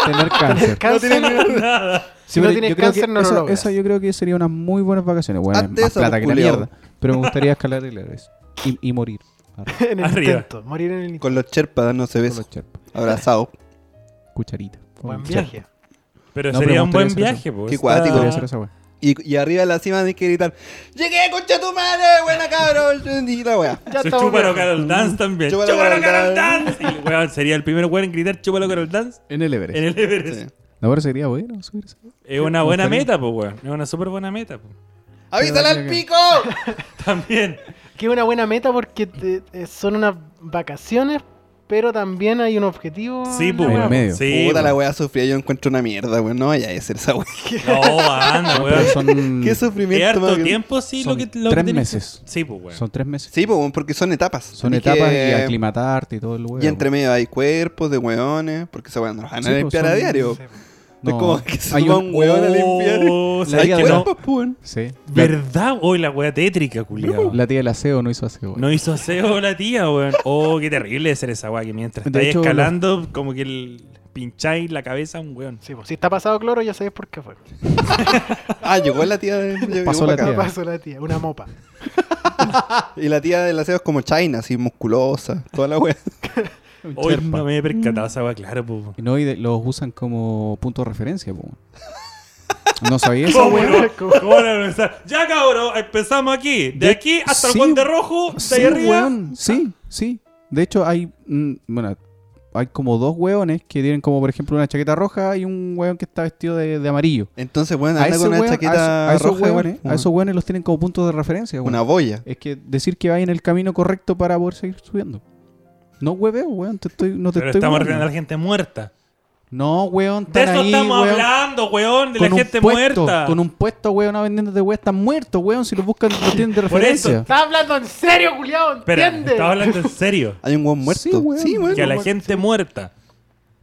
Tener cáncer.
Cáncer,
Nada.
Sí,
Si no
pero
tienes
yo creo que
cáncer, no lo
esa-
logras.
esa yo creo que sería unas muy buenas vacaciones. Bueno,
Hazte
más
esa,
plata que la
culiao.
mierda. Pero me gustaría escalar el Everest. Y, y morir. Arre,
en el
Arriba.
intento. Morir en el intento.
Con los cherpas dándose
con los
besos,
Sherpas.
abrazados.
Cucharita.
Buen
Con
viaje.
Pero
No, pero me
sería un
gustaría
buen
hacer eso.
viaje, pues.
Qué cuático.
Podría ser esa weá.
Y, y arriba de la cima tenés que gritar: ¡Llegué, concha tu madre! ¡Buena cabrón! Y la wea.
Ya
Se
estamos
chúpalo
bien.
Carol Dance también.
Chúpalo,
Chúpalo,
Carol
Carol, Dance. Y, weón, sería el primer weón en gritar Chúpalo Carol Dance
En el Everest.
en el Everest.
Sí.
No, pero sería bueno subirse.
Es una buena
gustaría.
meta, pues, weón. Es una súper buena meta, pues.
¡Avísala al
que-
pico!
También.
Que es una buena meta porque te- eh, son unas vacaciones, pero también hay un objetivo.
Sí,
en la
pues.
En
wea.
el medio.
Sí,
Puta,
po.
la wea sufría, yo encuentro una mierda, weón. No vaya a ser esa wea.
No, anda,
Pero
weón.
son,
Qué
Es
sufrimiento,
harto
más bien.
tiempo, sí,
son
lo que lo que
tres
tenés que-
meses.
Sí, pues, weón.
son tres meses.
Sí, po, weón, porque son etapas.
son
Tenés
etapas
que-
y aclimatarte y todo el huevo.
Y entre medio hay cuerpos de weones, porque esa weá no la van a
Sí, po,
limpiar a
son-
diario.
Sí, pues.
No,
No,
es como que se
hay
suba
un-
un hueón a limpiar.
Oh,
La
¿sabes
liga
que
de
no?
la-
Papúen.
Sí. La,
¿Verdad? Hoy la wea tétrica, culiao.
la tía del aseo no hizo aseo.
No hizo aseo la tía, weón. Oh, qué terrible de ser esa weá que mientras
De
estáis
hecho,
escalando, como que el, pincháis la cabeza a un weón.
Sí, pues, si está pasado cloro, ya sabéis por qué fue.
Ah, llegó la tía de. llegó
Pasó
para
la
acá.
tía.
Pasó la tía, una mopa.
Y la tía del aseo es como China, así musculosa, toda la wea.
Hoy
Cherpa.
no me he percatado esa weá, claro, po.
Y No, y de- los usan como punto de referencia, po. No sabía eso.
¿Cómo no?
¿Cómo?
¿Cómo van a empezar? Ya cabrón, empezamos aquí. De
De-
aquí
sí,
hasta el guante rojo, de
Sí,
ahí arriba.
weón. Sí, sí. De hecho, hay. mm, bueno, hay como dos weones que tienen como, por ejemplo, una chaqueta roja y un weón que está vestido de, de amarillo.
Entonces, bueno,
A,
anda
ese
con una
weón- a
chaqueta
eso- a esos
roja, igual,
weones,
pues,
a esos weones los tienen como puntos de referencia. weón.
Una boya.
Es que decir que vais en el camino correcto para poder seguir subiendo. No hueveo, weón. Te estoy, no te
Pero
estoy hueveando.
estamos arruinando a la gente muerta.
No, weón.
De
están
eso
ahí,
estamos
weón,
hablando, weón, de
con
la
un
gente
puesto,
muerta.
Con un puesto, weón, no vendiéndote, weón. Están muertos, weón. Si los buscan, los tienen de
Por eso,
referencia.
¡Estás hablando en serio, culiao!
Espera,
¿Entiendes?
estaba hablando en serio.
Hay un weón muerto.
Sí, weón.
que a la gente muerta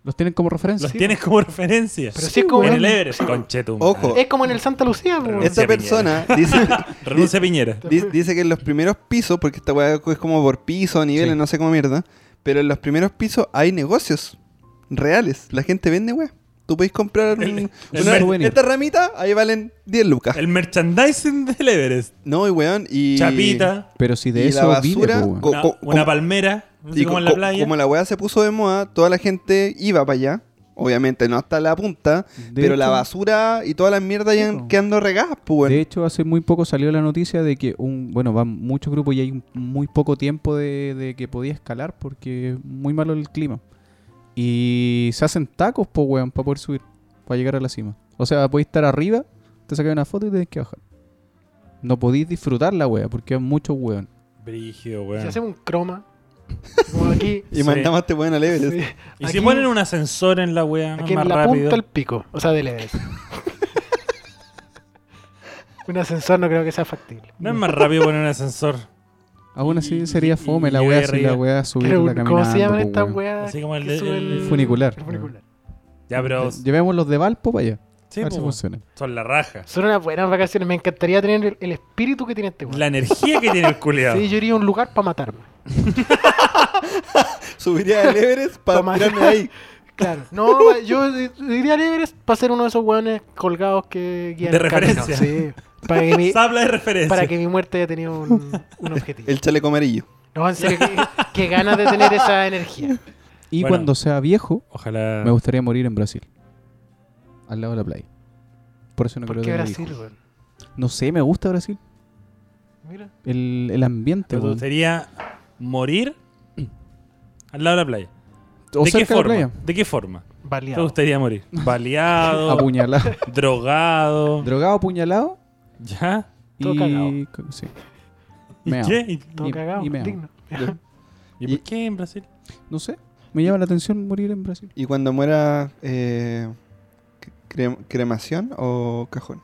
Los tienen como referencia.
los tienes como referencia.
Pero sí es como-
en el Everest, conchetum.
Ojo.
Es como en el Santa Lucía, pues. po.
Renuncia
Esta
a
persona dice,
Renuncia Piñera.
di- di- dice que en los primeros pisos, porque esta weá es como por piso, niveles,
Sí.
no sé cómo mierda, pero en los primeros pisos hay negocios reales. La gente vende weá. Tú podéis comprar un-
El- el
una-
souvenir.
esta ramita, ahí valen 10 lucas.
El merchandising del Everest.
No, y weón, y.
Chapita,
Pero si de
y la
eso vive,
basura,
po, weón.
co-
una,
co-
una
como-
palmera, así
Y
como
co-
en la
co-
playa.
Como la weá se puso de moda, toda la gente iba para allá. Obviamente, no hasta la punta,
De
pero la
hecho-
basura y todas las mierdas ya
po.
quedando regadas, pues, weón.
De hecho, hace muy poco salió la noticia de que un, bueno, van muchos grupos y hay un- muy poco tiempo de, de que podía escalar porque es muy malo el clima. Y se hacen tacos, po, weón, para poder subir, para llegar a la cima. O sea, podéis estar arriba, te sacáis una foto y tenés que bajar. No podéis disfrutar la wea porque hay muchos weón.
Brígido,
Si
weón.
hacemos un croma, como aquí.
Y
Sí.
mandamos a este weón al Everest.
sí,
Y
aquí-
si ponen un ascensor en la wea, no es
Aquí
más
en la
rápido.
punta al pico, o sea, del Everest. un ascensor no creo que sea factible.
No es más rápido poner un ascensor.
Aún
Y-
así sería
y-
fome
y
la
llegué
wea si la
arriba.
wea subir
Creo un-
la caminando.
¿Cómo se llaman
po,
estas
weón.
weas?
Así como el
que
de-
sube
el-
Funicular.
el funicular.
Ya, pero.
Llevemos los de Valpo para allá.
sí,
a ver si
po,
funciona.
Son la raja.
Son unas buenas vacaciones. Me encantaría tener el, el espíritu que tiene este weón.
La energía que tiene el culeado.
Sí, yo iría a un lugar para matarme.
Subiría al Everest
Toma.
para tirarme ahí.
Claro. No, yo iría al Everest para ser uno de esos weones colgados que guían
De
el camino.
referencia.
Sí. Para que, mi,
Sabla de referencia.
para que mi muerte haya tenido un, un objetivo.
El chaleco amarillo.
No, en serio, qué- qué ganas de tener esa energía.
Y
Bueno.
cuando sea viejo,
Ojalá.
Me gustaría morir en Brasil. Al lado de la playa. Por eso no
¿Por
creo
qué
que
Brasil, weón?
No sé, me gusta Brasil.
Mira.
El, el ambiente.
¿Te
weón.
gustaría morir al lado de la playa?
O
¿De qué
cerca de la
forma?
playa.
¿De qué forma? ¿Te
Baleado.
gustaría morir? Baleado,
Apuñalado.
drogado,
Drogado, apuñalado.
¿ya?
Todo
Y. co- Sí.
¿Y
Meao.
qué? ¿Y,
Todo
y-
cagado,
y meao.
digno.
y por qué en Brasil?
No sé. Me llama la atención morir en Brasil.
Y cuando muera, eh, cre- ¿cremación o cajón?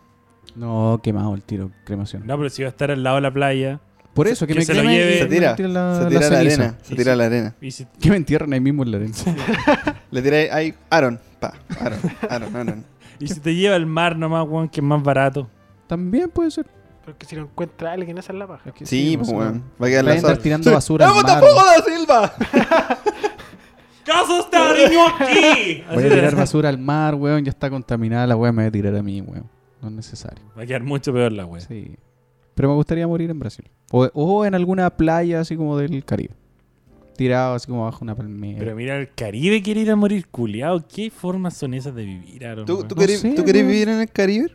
No, quemado el tiro, cremación.
No, pero si va a estar al lado de la playa
Por eso, que,
que
me
se lo
cremen y
lleve-
me
Se tira,
tiren Eh, la,
se tira la,
ceniza.
arena, se
Sí,
tira
sí.
la arena.
y si
Que me entierren ahí mismo en la arena.
Le tira ahí, ahí, Aaron, pa, Aaron, Aaron, Aaron.
Y si te lleva al mar nomás, weón, que es más barato.
También puede ser.
Porque si lo encuentra alguien, esa es la paja.
Es que
Sí,
pues,
pues,
no.
weón. Va a
Vayan
quedar
a
la
estar
zorra.
tirando basura al
¡Vamos
mar.
tampoco da Silva!
¡Caso está niño aquí!
Voy a tirar basura al mar, weón. Ya está contaminada la weá, me voy a tirar a mí, weón. No es necesario.
Va a quedar mucho peor la wea.
Sí. Pero me gustaría morir en Brasil. O, o en alguna playa así como del Caribe. Tirado así como bajo una palmera.
Pero mira, el Caribe quiere ir a morir culiado. ¿Qué formas son esas de vivir, Aaron?
¿Tú,
weón?
tú
No
querés-
sé,
tú querés
weón.
vivir en el Caribe?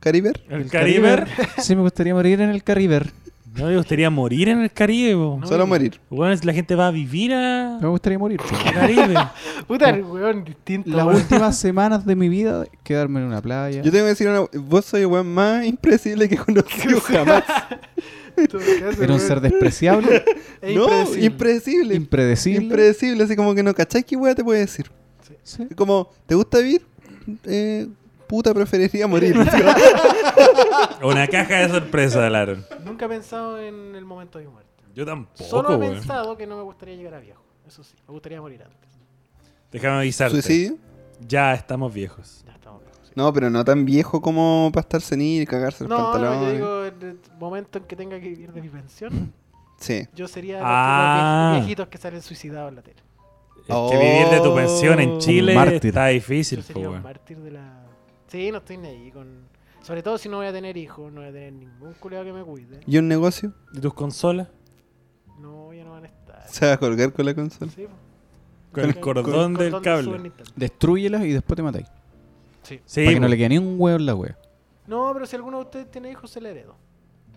¿Caribe?
¿El Caribe?
sí, me gustaría morir en el Caribe.
¿No te gustaría morir en el Caribe? weón?
Solo morir.
Weón, es- la gente va a vivir a...
Me gustaría morir. sí.
al Caribe.
Puta, el weón distinto.
Las
weón.
últimas semanas de mi vida, quedarme en una playa.
Yo tengo que decir una. Vos soy el weón más impredecible que he conocido jamás.
Todo lo que hace,
Era un
weón,
ser despreciable,
es
no,
impredecible.
impredecible.
impredecible.
Impredecible, así como que no cachai qué weá te puede decir.
Sí.
Es Como, ¿te gusta vivir? Eh, puta, preferiría morir.
Una caja de sorpresa del Aaron.
Nunca he pensado en el momento de mi muerte.
Yo tampoco,
Solo he
weón.
pensado que no me gustaría llegar a viejo. Eso sí, me gustaría morir antes.
Déjame avisarte.
¿Suicidio?
Ya estamos viejos.
Ya estamos bien, sí.
No, pero no tan viejo como para estar senil y cagarse los
No, no, yo
pantalones.
digo, en el momento en que tenga que vivir de mi pensión,
Sí.
yo sería de
Ah.
los que- los viejitos que salen suicidados en la tele.
Es
Oh.
que vivir de tu pensión en Chile
Un mártir.
está
Yo
difícil, po,
sería un
weón.
mártir de la... Sí, no estoy ni ahí con... Sobre todo si no voy a tener hijos, no voy a tener ningún culiado que me cuide.
¿Y un negocio?
¿Y tus consolas?
No, ya no van a estar.
Se va a colgar con la consola.
Sí, po.
Con el
Con- con-
cordón del
con Super
cable.
Nintendo.
Destrúyelas y después te matáis.
Sí.
Sí,
para
pues.
que no
po,
le quede ni un huevo en la wea.
No, pero si alguno de ustedes tiene hijos, se le heredo.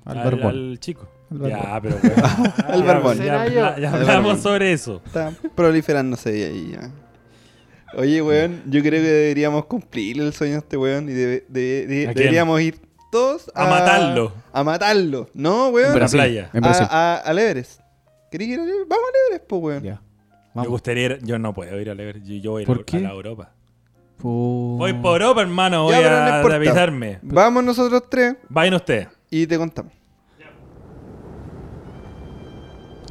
Al
al-
barbón.
al chico.
Al barbón.
Ya, pero weón.
Al
Ya,
barbón.
Ya,
Será
ya-
yo.
ya
Al
hablamos
barbón.
sobre eso.
Está proliferándose y ahí ya. Oye, weón, yo creo que deberíamos cumplir el sueño de este weón y debe- debe- de-
¿A quién?
deberíamos ir todos
A matarlo.
A matarlo. No, weón.
En Brasil.
A-
playa.
En Brasil.
A, a, al Everest. ¿Querés ir al Everest? Vamos al Everest, pues, weón.
Ya.
Me
Vamos.
gustaría ir- Yo no puedo ir a leer. Yo, yo voy a, ir
¿Por
a-
qué? Oh.
a la Europa.
Por-
Voy por Europa, hermano. Voy
Ya, pero no
a
importa.
avisarme.
Vamos nosotros tres
Vayan ustedes.
y te contamos.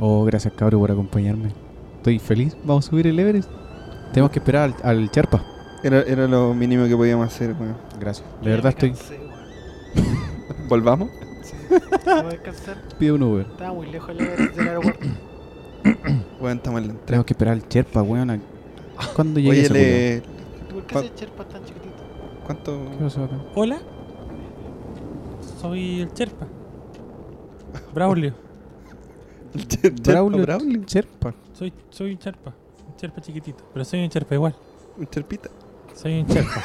Oh, gracias cabro por acompañarme. Estoy feliz. Vamos a subir el Everest. Tenemos que esperar al, al Charpa.
Era, era lo mínimo que podíamos hacer, weón.
Gracias.
Yo
De
ya
verdad
me
estoy.
cansé, weón.
¿Volvamos?
Voy a descansar.
Pido un Uber.
Estaba muy lejos el Everest del aeropuerto.
Weón, estamos en la entrada.
Tenemos que esperar al Cherpa, weón. a- ¿Cuándo llegue
Oye,
ese culiao?
le...
¿Por qué
¿Cuál?
ese Sherpa es tan chiquitito?
¿cuánto...?
¿Qué pasó acá?
Hola. Soy el Cherpa. Braulio.
Braulio.
Braulio. Braulio.
Cherpa.
Soy, soy un Cherpa. Un Cherpa chiquitito. Pero soy un Cherpa igual.
Un Cherpita.
Soy un Cherpa.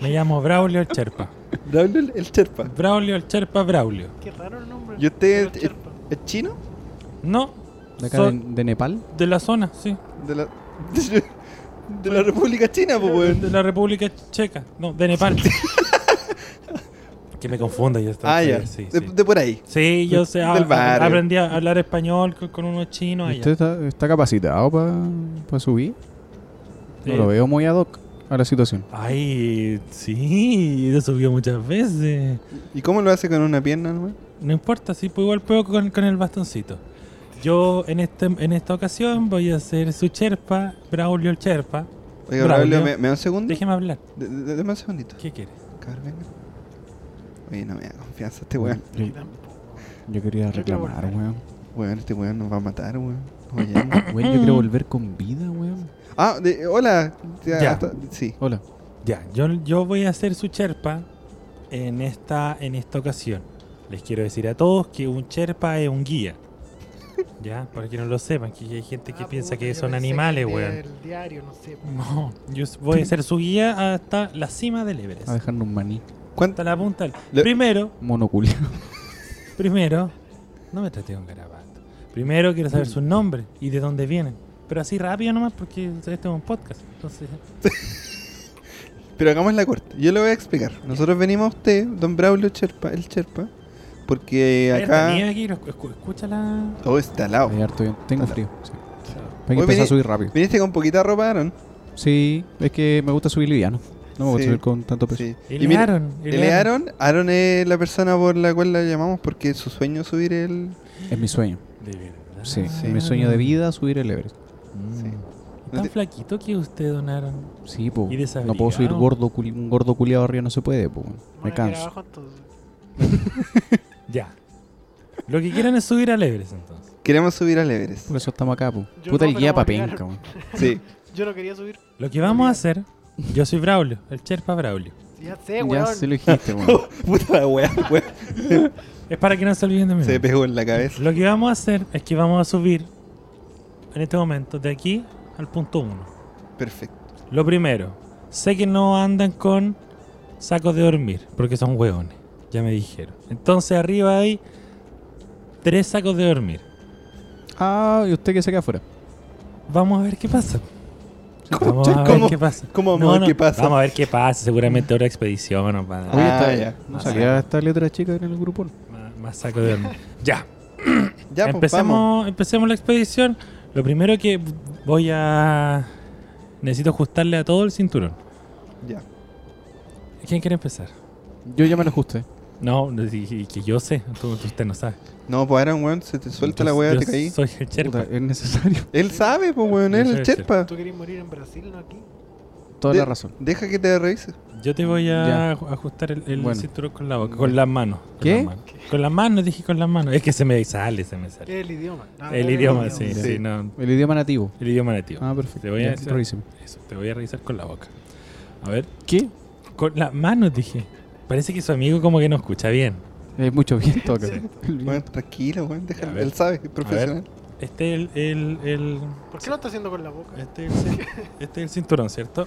Me llamo Braulio el Cherpa.
Braulio el- el Cherpa.
Braulio el Cherpa Braulio.
Qué raro el nombre.
¿Y usted
Pero
es,
Sherpa.
es chino?
No.
De acá
soy
de, de Nepal.
de la zona, sí.
De la... De, la República China, pues, weón.
De la República Checa. No, de Nepal. que me confunda ya está.
Ah, ya.
Sí,
de,
sí.
de por ahí.
Sí, yo sé, a-
Del
a-
barrio.
aprendí a hablar español con, con unos chinos allá.
¿Usted está, está capacitado para subir? No
Sí.
lo veo muy ad hoc a la situación.
Ay, sí, lo subió muchas veces.
¿Y cómo lo hace con una pierna, weón?
No importa, sí, pues igual puedo con, con el bastoncito. Yo en este en esta ocasión voy a hacer su cherpa, Braulio el cherpa.
Oiga,
Braulio.
Braulio, ¿me, me da un segundo?
Déjeme hablar.
De- de- Deme un segundito.
¿Qué quieres?
Cabrón, venga. Oye, no me da confianza este weón.
Yo,
Ah,
yo quería
Yo quiero
reclamar,
volver.
weón.
Weón, este weón nos va a matar, weón. Oye, no.
Weón, yo quiero volver con vida, weón.
ah, de- hola. Ya,
Ya.
hasta- sí.
Hola.
Ya, yo, yo voy a hacer su cherpa en esta, en esta ocasión. Les quiero decir a todos que un cherpa es un guía. Ya, para que no lo sepan, que hay gente que
Ah,
piensa
puta,
que
yo
son
pensé
animales,
que
weón.
era El diario, no sé.
No, yo s- voy a ser su guía hasta la cima del Everest.
A dejarnos un maní.
Hasta la punta. del-
Le-
Primero,
Monoculio.
primero, no me trate con garabato. Primero quiero saber su nombre y de dónde vienen. Pero así rápido nomás porque este es un podcast. Entonces,
Pero hagamos la corte. Yo le voy a explicar. Nosotros venimos a usted, don Braulio Cherpa, el Cherpa, porque
Hay harta nieve
acá.
aquí, escu- escu- escúchala.
Oh, está al lado.
Hay harto viento. Tengo
Hola.
frío. Sí.
Hoy
Hay que empezar
vine-
a subir rápido.
Viniste con poquita ropa, Aaron.
Sí, es que me gusta subir liviano. No me gusta
Sí.
subir con tanto peso.
Sí.
Pues, Y
Y mira,
Aaron, el
el
Aaron.
Aaron, Aaron es la persona por la cual la llamamos porque su sueño es subir el.
Es mi sueño.
De verdad.
Sí, mi sueño de vida subir el Everest.
Sí.
Tan
No te-
flaquito que usted donaron.
Sí,
Y
pues.
desafiliado.
No puedo subir gordo, culi- un gordo culiado arriba, no se puede, po. Me canso.
Abajo, entonces.
Ya. Lo que quieran es subir al Everest entonces.
Queremos subir al Everest.
Por eso estamos acá, po.
Yo
Puta,
no,
el
pero
guía
vamos
pa'
a llegar.
penca, weón.
Sí.
Yo no quería subir.
Lo que vamos a hacer, yo soy Braulio, el Cherpa Braulio.
Ya sé,
Ya
weón.
se lo dijiste, weón.
Puta la weá, weá.
Es para que no se olviden de mí.
Se pegó en la cabeza.
Lo que vamos a hacer es que vamos a subir en este momento de aquí al punto 1.
Perfecto.
Lo primero, sé que no andan con sacos de dormir, porque son hueones, ya me dijeron. Entonces arriba hay tres sacos de dormir.
Ah, y usted que se queda afuera.
Vamos a ver qué pasa. Vamos a ver
¿Cómo?
qué pasa.
¿Cómo vamos a ver qué pasa?
Vamos a ver qué pasa. Seguramente otra expedición nos van a dar
Oye,
Ah,
está,
ya.
no
Ah,
salía esta letra chica en el grupo.
más, más saco de dormir. ya,
Ya, pues vamos.
empecemos, empecemos la expedición. Lo primero que voy a... Necesito ajustarle a todo el cinturón.
Ya.
¿Quién quiere empezar?
Yo ya me lo ajusté.
No, no, sí, sí, que yo sé, tú- tú- usted no sabe.
No, pues Aaron, weón, se te suelta la
Yo-
weá,
yo
te caí.
Soy el Cherpa.
Puta, es necesario.
Él sabe, pues weón,
Yo
él es
soy
el
el
Cherpa.
Tú querías morir en Brasil, no aquí.
toda
De-
la razón.
Deja que te revise.
Yo te voy
Ya.
a aj- ajustar el, el
Bueno.
cinturón con la boca, con las manos. con
¿Qué?
las manos. Con las manos, dije con las manos. Es que se me sale, se me sale.
¿Qué es el idioma? Ah,
El
eh,
idioma, sí,
Sí.
sí, no.
El idioma nativo.
El idioma nativo.
Ah, perfecto.
Te voy
Ya,
a hacer-
revíseme.
Eso, te voy a revisar con la boca. A ver,
¿Qué?
con las manos dije. Parece que su amigo como que no escucha bien.
Hay mucho viento acá.
Bueno, tranquilo, weón. Déjalo.
Ya, a ver.
Él sabe, es profesional.
Este es el, el- el-
¿Por qué lo está haciendo con la boca?
este es el, cin- este es el cinturón, ¿cierto?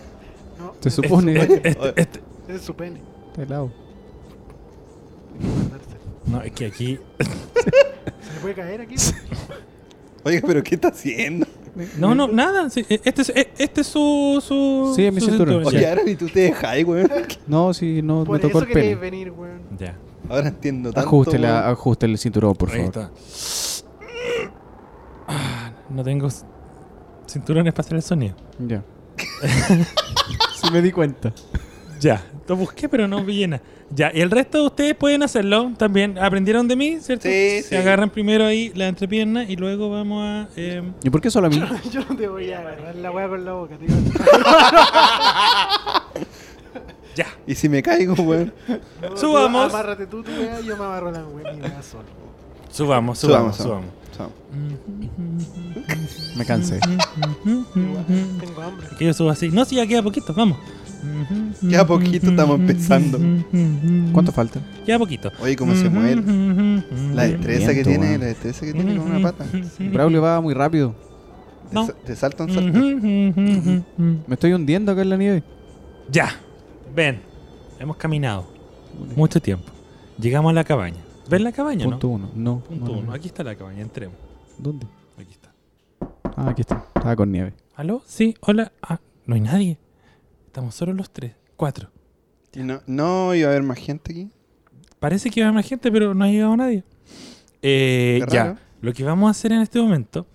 No,
Se
es-
supone
Este-
que
este- este-
ese Es su pene.
está helado.
Hay que guardarse.
No, es que aquí.
¿Se le puede caer aquí?
Oye, pero ¿qué está haciendo?
No, no, nada. sí, eh, este, es, eh, este es su, su.
Sí, es mi
su
cinturón.
cinturón,
Oye,
ya.
ahora ni tú te dejáis, weón.
No, si no
Por
me tocó el
eso queréis
pene.
venir, weón.
Ya.
Ahora entiendo tanto.
Ajuste, la-
weón.
ajuste el cinturón, por
Ahí
favor.
está. Ah, No tengo c- cinturones para hacer el sonido.
Ya. Se me di cuenta.
Ya, lo busqué, pero no vi nada. Ya, y el resto de ustedes pueden hacerlo también. ¿Aprendieron de mí, cierto?
Sí,
Se
sí.
agarran primero ahí la entrepierna y luego vamos a. em,
¿Y por qué solo a mí?
Yo no te voy a agarrar la weá con la boca, tío.
ya,
Y si me caigo, weón.
No,
Subamos.
tú Amárrate tú, tu weá, yo me amarro la weá, mi weá solo.
subamos, subamos,
Subamos,
subamos.
Chao.
Me cansé.
Tengo hambre.
Que yo subo así. No, si ya queda poquito, vamos.
Ya poquito estamos empezando.
¿Cuánto falta?
Queda poquito.
Oye, cómo se mueve. La destreza que
Viento,
tiene,
weón.
la destreza que tiene con una pata. Te,
Braulio va muy rápido.
No.
sa- te salta un salto.
Ya.
Me estoy hundiendo acá en la nieve.
Ven. Hemos caminado mucho tiempo. Llegamos a la cabaña. ¿Ven la cabaña,
Punto
no?
uno. No.
Punto
no, no,
uno.
no.
Aquí está la cabaña, entremos.
¿Dónde?
Aquí está.
Ah, aquí está. Estaba con nieve.
¿Aló? Sí, hola. Ah, no hay nadie. Estamos solo los tres. Cuatro.
Y No, no iba a haber más gente aquí.
Parece que iba a haber más gente, pero no ha llegado nadie. Eh,
Qué raro.
ya. Lo que vamos a hacer en este momento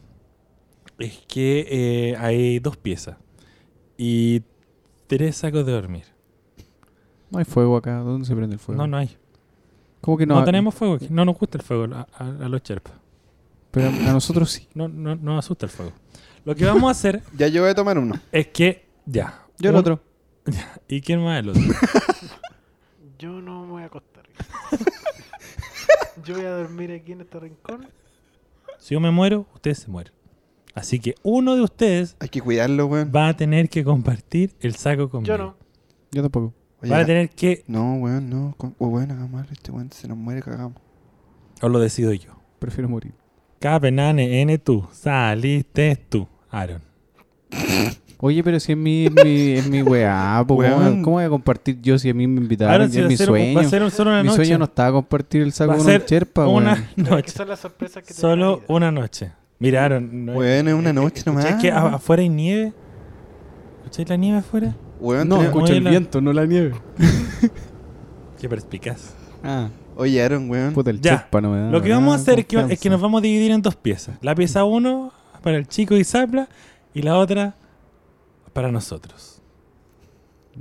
es que eh, hay dos piezas y tres sacos de dormir.
No hay fuego acá. ¿Dónde se prende el fuego?
No, no hay.
¿Cómo que no?
No,
Ah,
tenemos fuego aquí. No nos gusta el fuego a, a- a los cherpas.
Pero a nosotros sí.
No, no, no nos asusta el fuego. Lo que vamos a hacer
Ya yo voy a tomar uno.
es que. Ya.
Yo el
Un-
otro.
¿Y quién más el otro?
Yo no me voy a acostar. Yo voy a dormir aquí en este rincón.
Si yo me muero, ustedes se mueren. Así que uno de ustedes
Hay que cuidarlo, weón.
va a tener que compartir el saco conmigo.
Yo no.
Yo tampoco.
Oye,
Van a tener que.
No, weón, no. Con- oh, weón, hagamos algo. Este weón se nos muere, cagamos.
O lo decido yo.
Prefiero morir.
Capenane N tú. Saliste tú, Aaron.
Oye, pero si es mi, es mi, es mi weá, po, ¿cómo,
Weón.
cómo voy a compartir yo si a mí me invitaron?
Aaron,
Y
si
es
va,
mi
a ser,
sueño.
va a ser un- solo una
mi
noche.
sueño no estaba compartir el saco
va a
con
ser
un cherpa,
una
weón.
Porque
noche.
son las sorpresas que te da la
Solo
vida.
una noche. Mira, Aaron. no-
Weón, es una noche nomás.
¿Escucháis Eh, que ah, a- afuera hay nieve? ¿Escucháis la nieve afuera?
Weón,
No,
tenemos-
escucha el
Muévela.
viento, no la nieve.
Qué perspicaz.
Ah,
Oye, Aaron, weón.
puta, el
Ya.
cherpa no me da.
Lo que vamos a
nada
hacer es que, es que nos
confianza.
vamos a dividir en dos piezas. La pieza 1 para el chico y Zapla y la otra para nosotros.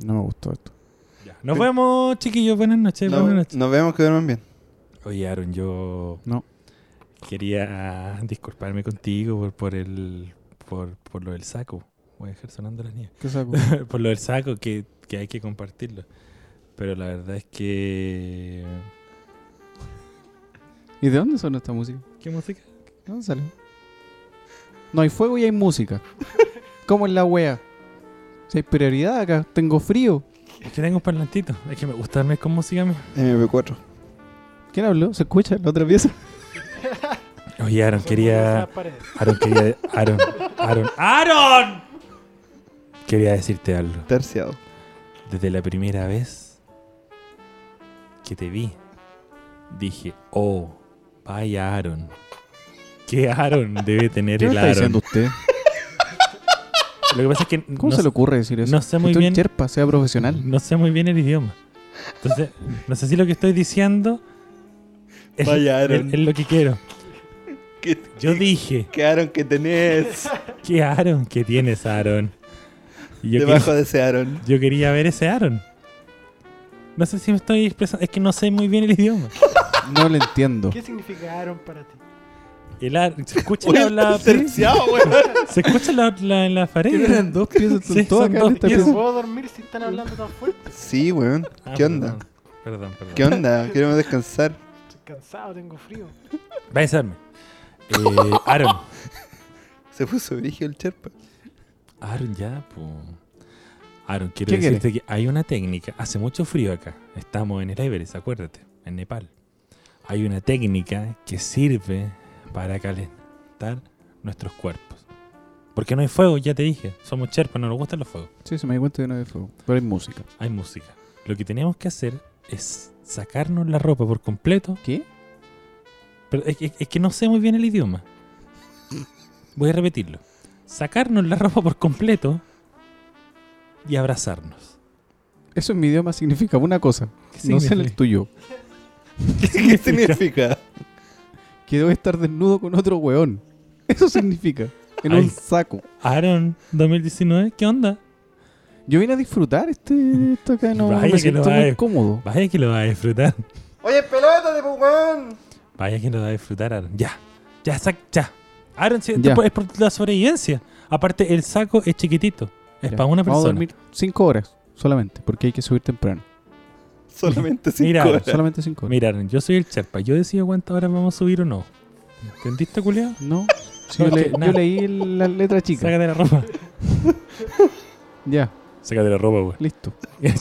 No me gustó esto.
Ya. Nos vemos, chiquillos. Buenas noches.
No,
buenas noches.
nos vemos que duerman bien.
Oye, Aaron, yo
No.
quería disculparme contigo por, por el por, por lo del saco. Voy a dejar sonando la nieve.
¿Qué saco?
por lo del saco que, que hay que compartirlo. Pero la verdad es que
¿Y de dónde son esta música?
¿Qué música?
¿De dónde sale? No hay fuego y hay música. ¿Cómo es la wea? Si hay prioridad acá, tengo frío.
Es que tengo un parlantito. Es que me gusta dormir con música. a mí.
MP4.
¿Quién habló? ¿Se escucha la otra pieza?
Oye, Aaron,
Son las
quería
paredes.
Aaron quería. Aaron. Aaron. ¡Aaron! Quería decirte algo.
Terciado.
Desde la primera vez que te vi, dije, oh, vaya Aaron. ¿Qué Aaron debe tener
¿Qué me
el
está
Aaron?
diciendo usted?
Lo que pasa es que
¿Cómo
no,
se le ocurre decir eso?
no sé muy
Usted es
bien-
cherpa, sea profesional.
no sé muy bien el idioma. Entonces, no sé si lo que estoy diciendo es,
Vaya Aaron.
es- es lo que quiero.
¿Qué,
Yo dije,
qué Aaron que tenés
¿qué Aaron que tienes, Aaron? Y yo
debajo de ese Aaron?
Yo quería ver ese Aaron. No sé si me estoy expresando. Es que no sé muy bien el idioma.
No lo entiendo.
¿Qué significaron para ti?
El ar- Se escucha
Oye,
la, la-
terciado, weón.
se escucha la, la- en la pared.
Eran dos piezas,
Sí,
todo
son
acá
dos
en esta
piezas.
pieza.
¿Puedo dormir si están hablando tan fuerte?
Sí, weón.
Ah,
¿Qué onda?
Perdón, perdón. perdón.
¿Qué onda? Queremos descansar.
Estoy cansado, tengo frío.
Váyanse a dormir. Eh, Aaron.
Se puso brígido el cherpa.
Aaron, ya, po. Aaron, quiero
¿Qué
decirte que hay una técnica. Hace mucho frío acá. Estamos en el Everest, acuérdate, en Nepal. Hay una técnica que sirve para calentar nuestros cuerpos. Porque no hay fuego, ya te dije. Somos cherpas, no nos gustan los fuegos.
Sí, se me di cuenta de una vez fuego. Pero hay música.
Hay música. Lo que teníamos que hacer es sacarnos la ropa por completo.
¿Qué?
Pero es, es- es que no sé muy bien el idioma. Voy a repetirlo. Sacarnos la ropa por completo y abrazarnos.
Eso en mi idioma significa una cosa.
¿Qué
No sé en el
significa?
tuyo.
¿Qué significa?
Que debo estar desnudo con otro weón. Eso significa. En
Ay.
un saco.
Aaron 2019, ¿qué onda?
Yo vine a disfrutar este, esto acá. No,
Vaya
me
que
siento
lo
muy
hay.
cómodo.
Vaya que lo va a disfrutar.
Oye, pelota de weón.
Vaya que lo va a disfrutar, Aaron. Ya, ya, sac, ya. Aaron, si esto
Ya.
es por la sobrevivencia. Aparte, el saco es chiquitito. Es
Ya,
para
Vamos
una
a
persona.
dormir 5 horas solamente. Porque hay que subir temprano.
Solamente cinco
Mira,
horas.
Solamente 5 horas.
Mira, Aaron, yo soy el Sherpa. Yo decido cuántas horas vamos a subir o no. ¿Entendiste, culiao?
No. si yo,
No,
le-
nada.
yo leí la letra chica.
Sácate la ropa.
Ya,
Sácate la ropa, güey.
listo. Me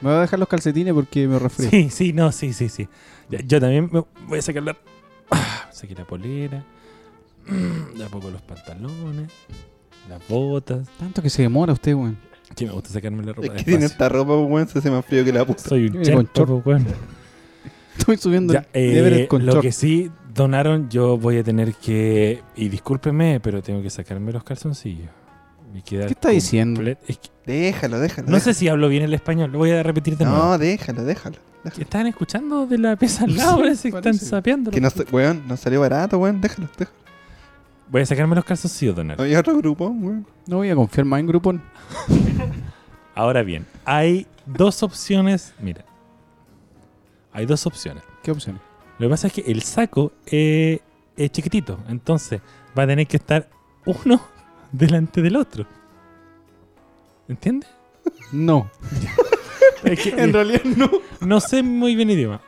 voy a dejar los calcetines porque me refresco.
Sí, sí, no, sí, sí, sí. Ya, Yo también me voy a sacar la. Ah, saqué la polera. De a poco los pantalones. Las botas.
Tanto que se demora usted, weón.
Que me gusta sacarme la ropa.
Es que tiene
despacio.
esta ropa, weón. Se hace más frío que la puta.
Soy
Yo
un
vine con
charpo, weón.
Estoy subiendo
Ya,
el
eh,
Everest con
Lo
short.
que sí donaron, yo voy a tener que. Y discúlpeme, pero tengo que sacarme los calzoncillos. Y quedar
¿Qué está diciendo?
comple- es que
Déjalo, déjalo.
no
déjalo.
sé si hablo bien el español, lo voy a repetir de nuevo.
No, déjalo, déjalo. déjalo.
Están escuchando de la pieza al lado, parece que están
parece.
sapeando.
Que no, sa- weón, no salió barato, weón. Déjalo, déjalo.
Voy a sacarme los calzoncillos, donar.
Había otro grupo, weón.
No voy a confiar más en Groupon.
Ahora bien, hay dos opciones. Mira, hay dos opciones.
¿Qué opción?
Lo que pasa es que el saco eh, es chiquitito, entonces va a tener que estar uno delante del otro. ¿Entiendes?
No.
Es que,
En realidad no.
no sé muy bien idioma.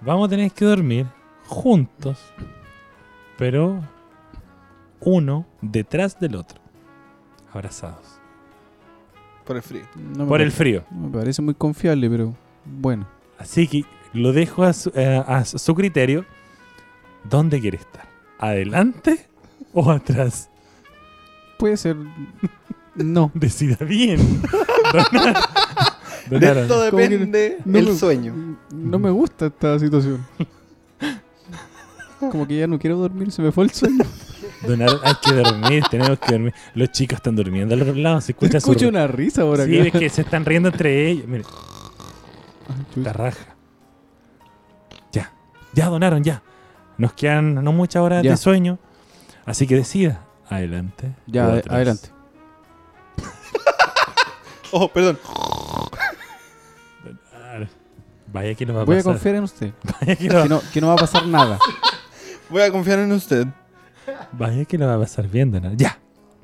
Vamos a tener que dormir juntos, pero uno detrás del otro, abrazados.
Por el frío.
no me
Por el
parece-
frío.
no me parece muy confiable, pero bueno.
Así que lo dejo a su, eh, a su criterio. ¿Dónde quiere estar? ¿Adelante o atrás?
Puede ser. No.
Decida bien. Donar-
De
donaron.
esto
Como que
depende
no
el
me-
sueño.
No me gusta esta situación. Como que ya no quiero dormir, se me fue el sueño.
Donaron, hay que dormir, tenemos que dormir. Los chicos están durmiendo al otro lado, se escucha su...
Escucho una risa ahora.
Sí,
acá.
es que se están riendo entre ellos. Mire,
Ay, chucha.
la raja. Ya, ya donaron, ya. Nos quedan no muchas horas
Ya.
de sueño. Así que decida, adelante.
Ya,
o
ade-
atrás.
adelante.
Oh, perdón.
Donar. Vaya que lo va a
Voy a
pasar.
confiar en usted.
Vaya que, lo,
Que no, que no va a pasar nada.
Voy a confiar en usted.
vaya que lo va a pasar bien, Donald. Ya.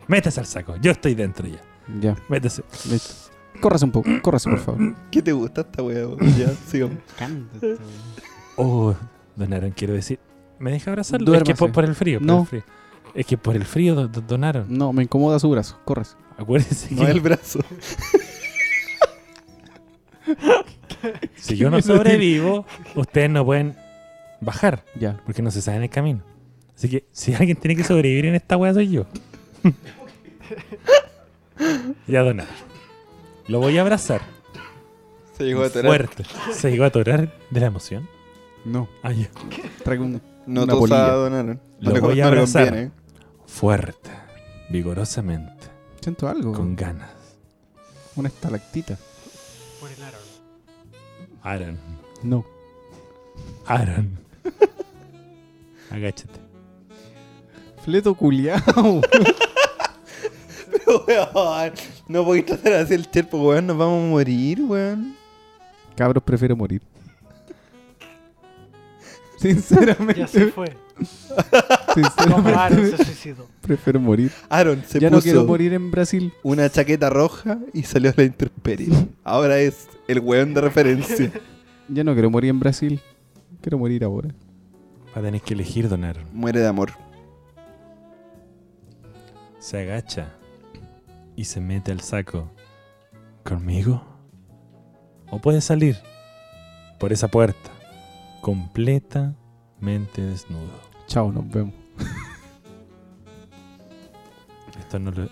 Métase al saco. Yo estoy dentro ya.
Ya,
Métase.
listo. Córrase un poco, córrase, por favor.
¿Qué te gusta esta weá, weón? Ya, sigamos.
Oh, donaron, quiero decir. ¿Me deja abrazarlo?
Duérmase.
Es que por, por el frío. por
No.
el frío. Es que por el frío do- do- donaron.
No, me incomoda su brazo. Córrase.
Acuérdense
No
que
el brazo.
si yo no sobrevivo, ustedes no pueden bajar
Ya.
porque no se saben el camino. Así que si alguien tiene que sobrevivir en esta wea soy yo. ya donar. Lo voy a abrazar.
Se llegó a atorar.
Fuerte. Se llegó a atorar de la emoción.
No.
Ah, ya.
Traigo un
No
Una
todos
polilla.
donaron. No
Lo
le
voy a
no le
abrazar.
conviene.
fuerte, vigorosamente,
Siento algo,
con ganas.
una estalactita.
Por el Aaron.
Aaron,
No.
Aaron. Agáchate.
Fleto culiao.
Weón, no podéis tratar así el cherpo, weón. Nos vamos a morir, weón.
Cabros, prefiero morir. Sinceramente,
Ya se fue. No, Aaron se
sinceramente
suicidó.
prefiero morir.
Aaron se
ya
puso
no quiero morir en Brasil.
una chaqueta roja y salió a la intemperie. Ahora es el weón de referencia.
Ya no quiero morir en Brasil. Quiero morir ahora.
Va a tener que elegir, don Aaron.
Muere de amor.
Se agacha y se mete al saco. ¿Conmigo? ¿O puede salir por esa puerta completamente desnudo?
Chao, nos vemos.
Esto no lo,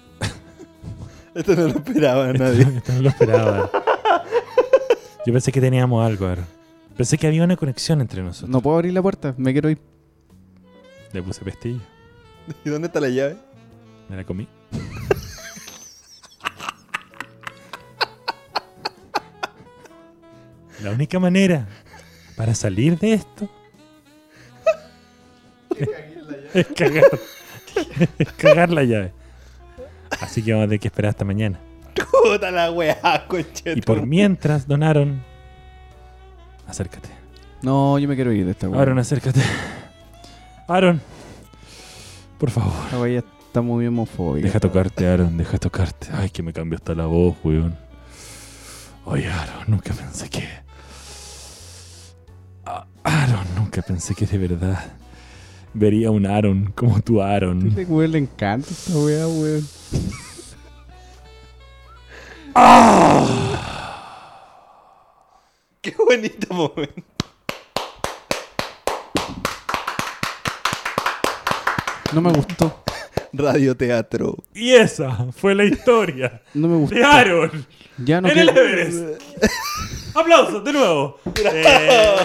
Esto no lo esperaba
esto-
nadie.
esto no lo esperaba. Yo pensé que teníamos algo, Aaron. Pensé que había una conexión entre nosotros.
No puedo abrir la puerta, me quiero ir.
Le puse pestillo.
¿Y dónde está la llave?
Me la comí. La única manera para salir de esto es cagar, es cagar la llave. Así que vamos a tener que esperar hasta mañana.
Puta la weá, conche.
Y por mientras donaron, acércate.
No, yo me quiero ir de esta weá.
Aaron, acércate. Aaron, por favor.
Esta weá ya está muy homofóbica.
Deja tocarte, Aaron, deja tocarte. Ay, que me cambió hasta la voz, weón. Oye, Aaron, nunca pensé que. A- Aaron, nunca pensé que de verdad vería un Aaron como tu Aaron.
Este weón le encanta esta weá, weón.
Qué bonito momento.
No me gustó.
Radioteatro.
Y esa fue la historia
No me gustó.
de Aaron
Ya no
en el
quiero.
Everest. Aplausos de nuevo. Eh,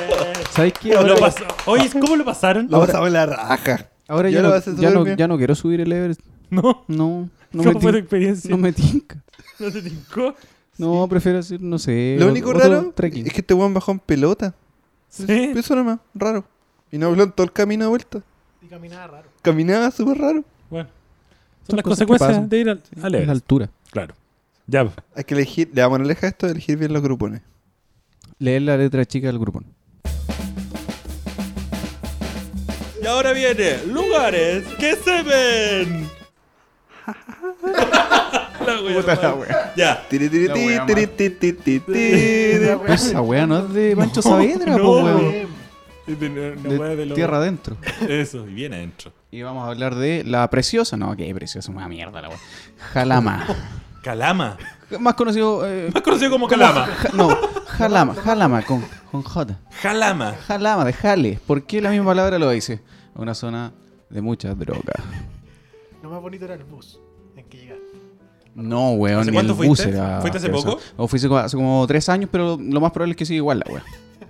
¿Sabes qué?
lo
Ahora,
pasó- Oye, ¿cómo lo pasaron?
Lo pasamos en la raja.
ahora
Yo
ya,
lo
no,
pasé
ya,
súper
no,
bien.
ya no quiero subir el Everest.
No,
No, no, me,
¿cómo fue tu
tin-
experiencia?
no me tinca.
¿No te tincó?
No, prefiero hacer, no sé.
Lo
o-
único
Eh, otro
raro
trekking.
es que este weón bajó en pelota.
Sí.
Pues,
Eso nomás, raro. Y no habló en todo el camino de vuelta.
Y caminaba raro.
Caminaba súper raro.
Bueno, son,
Son
las
cosas que
consecuencias
pasan.
de ir al, al
Es la
Everest.
altura.
Claro. Ya,
Hay que elegir, le damos aleja esto de elegir bien los grupones.
Leer la letra chica del grupón.
Y ahora viene lugares que se ven. la wea, hermano. Ya.
Tiri, tiri,
La
ti,
wea
tiri, ti, ti, ti, ti.
La
Pues esa weá no es de Pancho Saavedra,
no,
po, weón.
Bien.
De tierra adentro.
Eso, y bien adentro.
Y vamos a hablar de la preciosa. No, que preciosa, una mierda la weá. Jalama.
Calama.
Más conocido. eh,
Más conocido como Calama.
ja- no, Jalama, Jalama con, con J.
Jalama.
Jalama, de Jale. ¿Por qué la misma palabra lo dice? Una zona de mucha droga.
Lo más bonito era el bus en que llegaste.
No, weón.
¿Hace
ni
cuánto
el bus
fuiste?
era
¿Fuiste hace
precioso.
poco?
O fuiste como- hace como tres años, pero lo más probable es que siga igual la weá.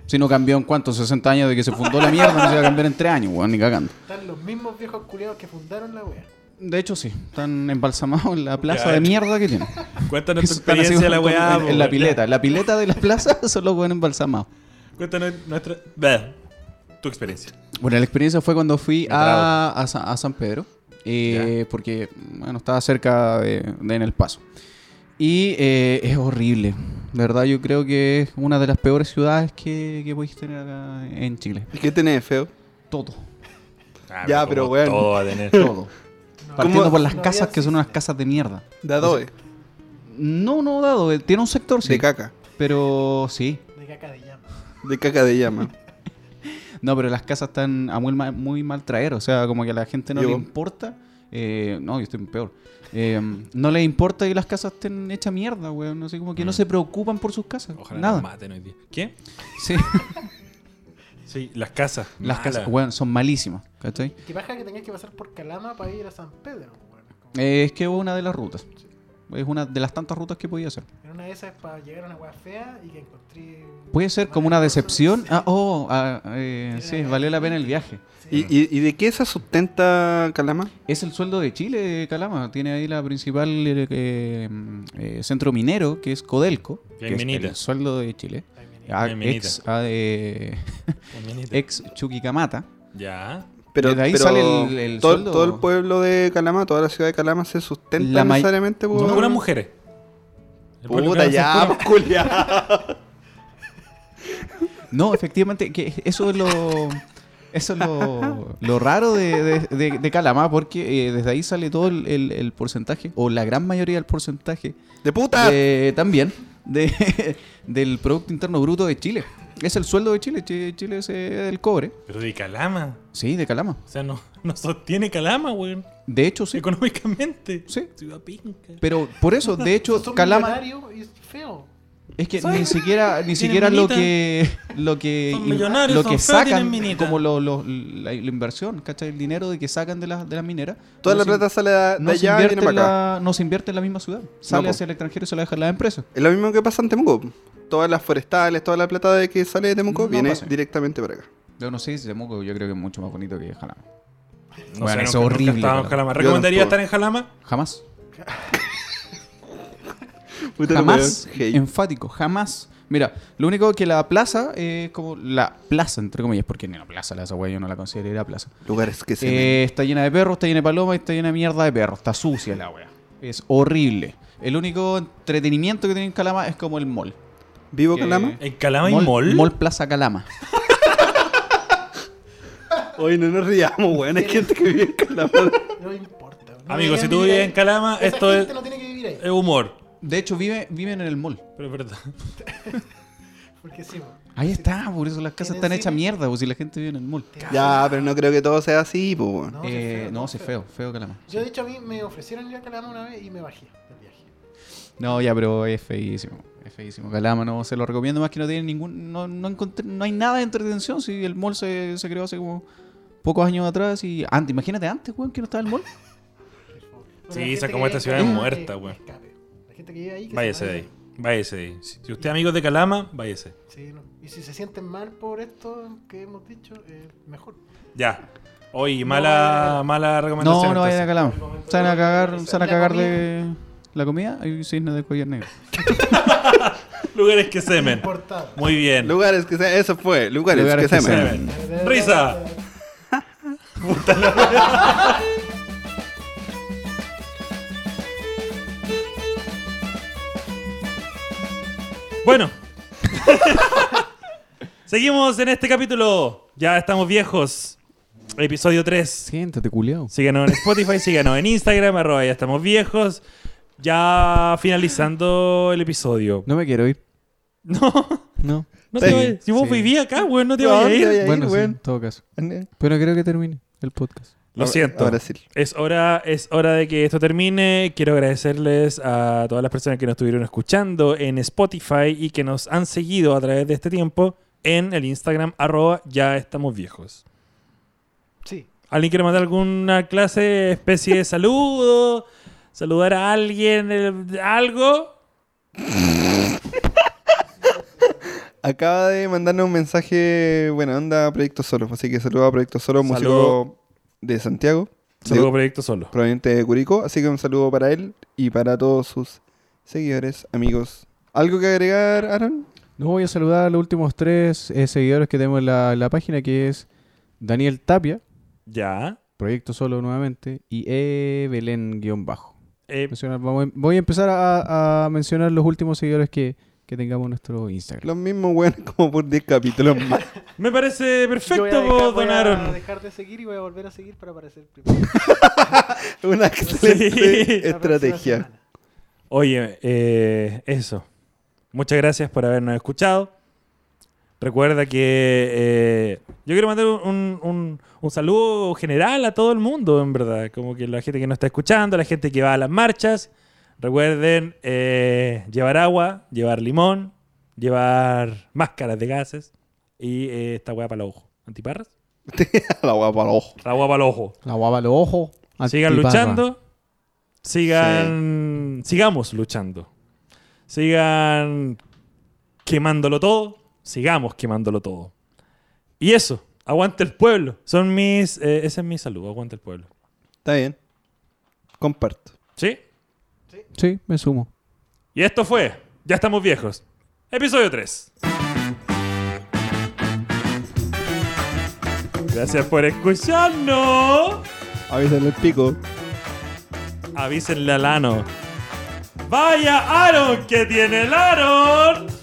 Si no cambió en cuánto, 60 años de que se fundó la mierda, no se va a cambiar en tres años, weón, ni cagando.
Están los mismos viejos culiados que fundaron la wea.
De hecho, sí. Están embalsamados en la plaza
Ya.
de mierda que tienen.
Cuéntanos
Que
tu
están así
experiencia de la
con-
weá. pues,
en- en,
po,
la
weón.
pileta. En La pileta de la plaza son los buenos embalsamados.
Cuéntanos nuestra. Ve, tu experiencia.
Bueno, la experiencia fue cuando fui a,
Bravo.
a, Sa- a San Pedro. eh, porque, bueno, estaba cerca de, de en El Paso. Y eh, es horrible. De verdad, yo creo que es una de las peores ciudades que, que podéis tener acá en Chile.
¿Y qué tenés, feo?
Todo.
Ya, pero
como
weón.
Ah, Todo a tener.
Todo. Partiendo
¿Cómo?
por las
No
casas,
había
que son unas
cisne.
casas de mierda.
De adobe,
No, no, dado. eh, Tiene un sector, sí.
de caca.
Pero sí,
De caca de llama.
De caca de llama.
No, pero las casas están a muy mal, muy mal traer. O sea, como que a la gente no
Yo-
le importa. eh, no, yo estoy peor. Eh, no les importa que las casas estén hechas mierda, weón. No sé, como que no
Mm.
se preocupan por sus casas.
Ojalá
Nada.
nos maten hoy día. ¿Qué?
Sí,
Sí, las casas.
las casas,
Mala.
weón, son malísimas. ¿Cachai?
Que baja que tengas que pasar por Calama para ir a San Pedro. weón. Como-
Eh, es que es una de las rutas. Es una de las tantas rutas que podía hacer.
En una de esas es para llegar a una wea fea y que encontré.
Puede ser como una
malas
decepción.
cosas.
Ah, oh, ah, eh, sí, valió la pena el viaje.
Sí.
¿Y, y, y de qué se sustenta Calama?
Es el sueldo de Chile, Calama. Tiene ahí la principal eh, eh, eh, centro minero, que es Codelco. Que es
Bienvenida.
el sueldo de Chile.
Ay, mi niño.
Ah,
Bienvenida.
ex, ah, eh, ex Chuquicamata.
Ya.
Pero,
Desde ahí
pero
sale el- el
todo,
sueldo.
todo el pueblo de Calama, toda la ciudad de Calama se sustenta
La ma-
necesariamente por...
Son puras mujeres. El pueblo
Puta,
que
ya,
hace pura-
pues, culiao.
No, efectivamente, que eso es lo... Eso es lo, lo raro de, de- de- de Calamá, porque eh, desde ahí sale todo el, el- el porcentaje, o la gran mayoría del porcentaje,
¡De puta!
de- también, de, del Producto Interno Bruto de Chile. Es el sueldo de Chile, Chi- Chile es eh, el cobre.
Pero de Calama.
Sí, de Calama.
O sea, no, no sostiene Calama, weón.
De hecho, sí.
Económicamente.
Sí.
Ciudad pinca.
Pero por eso, de hecho,
Son
oh, Calama
millonarios y es feo.
es que ni siquiera, ni siquiera lo
minita.
que lo que,
Son millonarios,
lo
son
que
feos, tienen
sacan
minita.
como lo- lo- la, la inversión, ¿cachai? El dinero de que sacan de las de las mineras.
Toda la
no se-
plata sale de, de
no se
allá y
invierte
viene para
en
acá.
la- no se invierte en la misma ciudad. Sale
po.
hacia el extranjero y se la deja la empresa.
Es lo mismo que pasa en Temuco. Todas las forestales, toda la plata de que sale de Temuco
No
viene
pasa.
directamente para acá.
Yo no sé si Temuco yo creo que es mucho más bonito que Jalama. Bueno, es
No sé, nunca- nunca
horrible,
estaba en
Calama.
Calama.
Yo
¿Recomendaría
tampoco.
estar en Calama?
Jamás.
Puta, no
Jamás.
puedo. Hey.
Enfático, jamás. Mira, lo único que la plaza es como la plaza, entre comillas, porque ni una plaza la esa wea yo no la consideraría plaza.
Lugares que se ven.
Eh, está llena de perros, está llena de palomas, está llena de mierda de perros. Está sucia la wea. Es horrible. El único entretenimiento que tiene en Calama es como el mall.
¿Vivo
que-
Calama?
¿En Calama y Mol?
Mall Plaza Calama.
Hoy no nos riamos, weón. Hay gente que vive en Calama.
No importa. No
Amigo,
deberían
si tú
vivir
vives
ahí.
en Calama,
Esa
esto es, eh.
gente no tiene que vivir ahí.
es humor.
De hecho, vive- viven en el mall.
Pero es verdad.
Porque sí, po.
Ahí está, por eso las casas están
¿Tienen
hechas
cine?
mierda, pues si la gente vive en el mall.
ya, pero no creo que todo sea así, po, weón.
No,
No,
qué
eh,
feo,
no,
qué
sí, feo, feo Calama.
Yo, de hecho, a mí me ofrecieron ir a Calama una vez y me bajé del viaje.
No, ya, pero es feísimo. Es feísimo. Calama no se lo recomiendo más que no tiene ningún. No, no, encontré- no hay nada de entretención si el mall se, se creó hace como pocos años atrás y. Antes, imagínate antes, weón, que no estaba el mall.
Sí,
la gente
esa
que
como
vive
esta
en
ciudad es
Calama,
muerta,
que-
weón.
que escape. eh, La gente que vive ahí. que se
Váyase de
vaya.
ahí. Váyase de ahí. Si si usted es amigo de Calama, váyase.
Sí, no. Y si se sienten mal por esto que hemos dicho, eh, mejor.
Ya. Hoy, mala, mala recomendación.
No, no vayan a
entonces.
Calama. Se van a cagar, se van a
La
cagar de. La comida hay un cisne de collar negro.
Lugares que semen.
Importado.
Muy bien.
Lugares que se Eso fue. Lugares,
Lugares
que,
que
se ven.
se
Semen. Risa. Bueno. Seguimos en este capítulo. Ya estamos viejos. Episodio 3.
Siéntate, culiao.
Síganos en Spotify, síganos en Instagram, arroba ya estamos viejos. Ya finalizando el episodio.
No me quiero ir.
No,
No.
no
Sí,
te vayas. Si vos
sí.
vivís acá, weón, no te
No,
vayas a
no te
ir.
vayas. ahí,
Bueno, sí,
weón.
en todo caso. Pero creo que termine el podcast.
Lo siento.
Ahora sí.
Es hora, es hora de que esto termine. Quiero agradecerles a todas las personas que nos estuvieron escuchando en Spotify y que nos han seguido a través de este tiempo en el Instagram arroba ya estamos viejos.
Sí.
¿Alguien quiere mandar alguna clase, especie de saludo? ¿Saludar a alguien? eh, ¿Algo?
Acaba de mandarnos un mensaje buena onda a Proyecto Solo. Así que saludo a Proyecto Solo, músico de Santiago.
Saludo
de-
a Proyecto Solo.
proveniente de Curicó. Así que un saludo para él y para todos sus seguidores, amigos. ¿Algo que agregar, Aaron?
No voy a saludar a los últimos tres eh, seguidores que tenemos en la, en la página, que es Daniel Tapia,
Ya.
Proyecto Solo nuevamente, y E. Belén-Bajo.
Eh,
Pues
Mencionar- vamos a- Voy a empezar a, a mencionar los últimos seguidores que, que tengamos en nuestro Instagram.
Los mismos weones como por 10 capítulos más.
me parece perfecto,
Yo voy a dejar,
po,
voy
don
a
Aaron.
dejar de seguir y voy a volver a seguir para aparecer primero. la
Una excelente
Sí.
próxima
estrategia.
semana.
Oye, eh, eso. Muchas gracias por habernos escuchado. Recuerda que eh, yo quiero mandar un, un- un saludo general a todo el mundo, en verdad. Como que la gente que nos está escuchando, la gente que va a las marchas. Recuerden eh, llevar agua, llevar limón, llevar máscaras de gases y eh, esta hueá para el ojo. ¿Antiparras?
La guapa al ojo.
La hueá para el ojo.
La guava los ojos.
Sigan luchando. Sigan. Sigamos luchando. Sigan quemándolo todo. Sigamos quemándolo todo. Y eso, aguante el pueblo. Son mis. eh, ese es mi saludo, aguante el pueblo.
Está bien. Comparto.
¿Sí?
Sí, me sumo.
Y esto fue. Ya estamos viejos. Episodio 3. Gracias por escucharnos.
Avísale el pico.
Avísenle al Ano. Vaya Aaron que tiene el Aaron.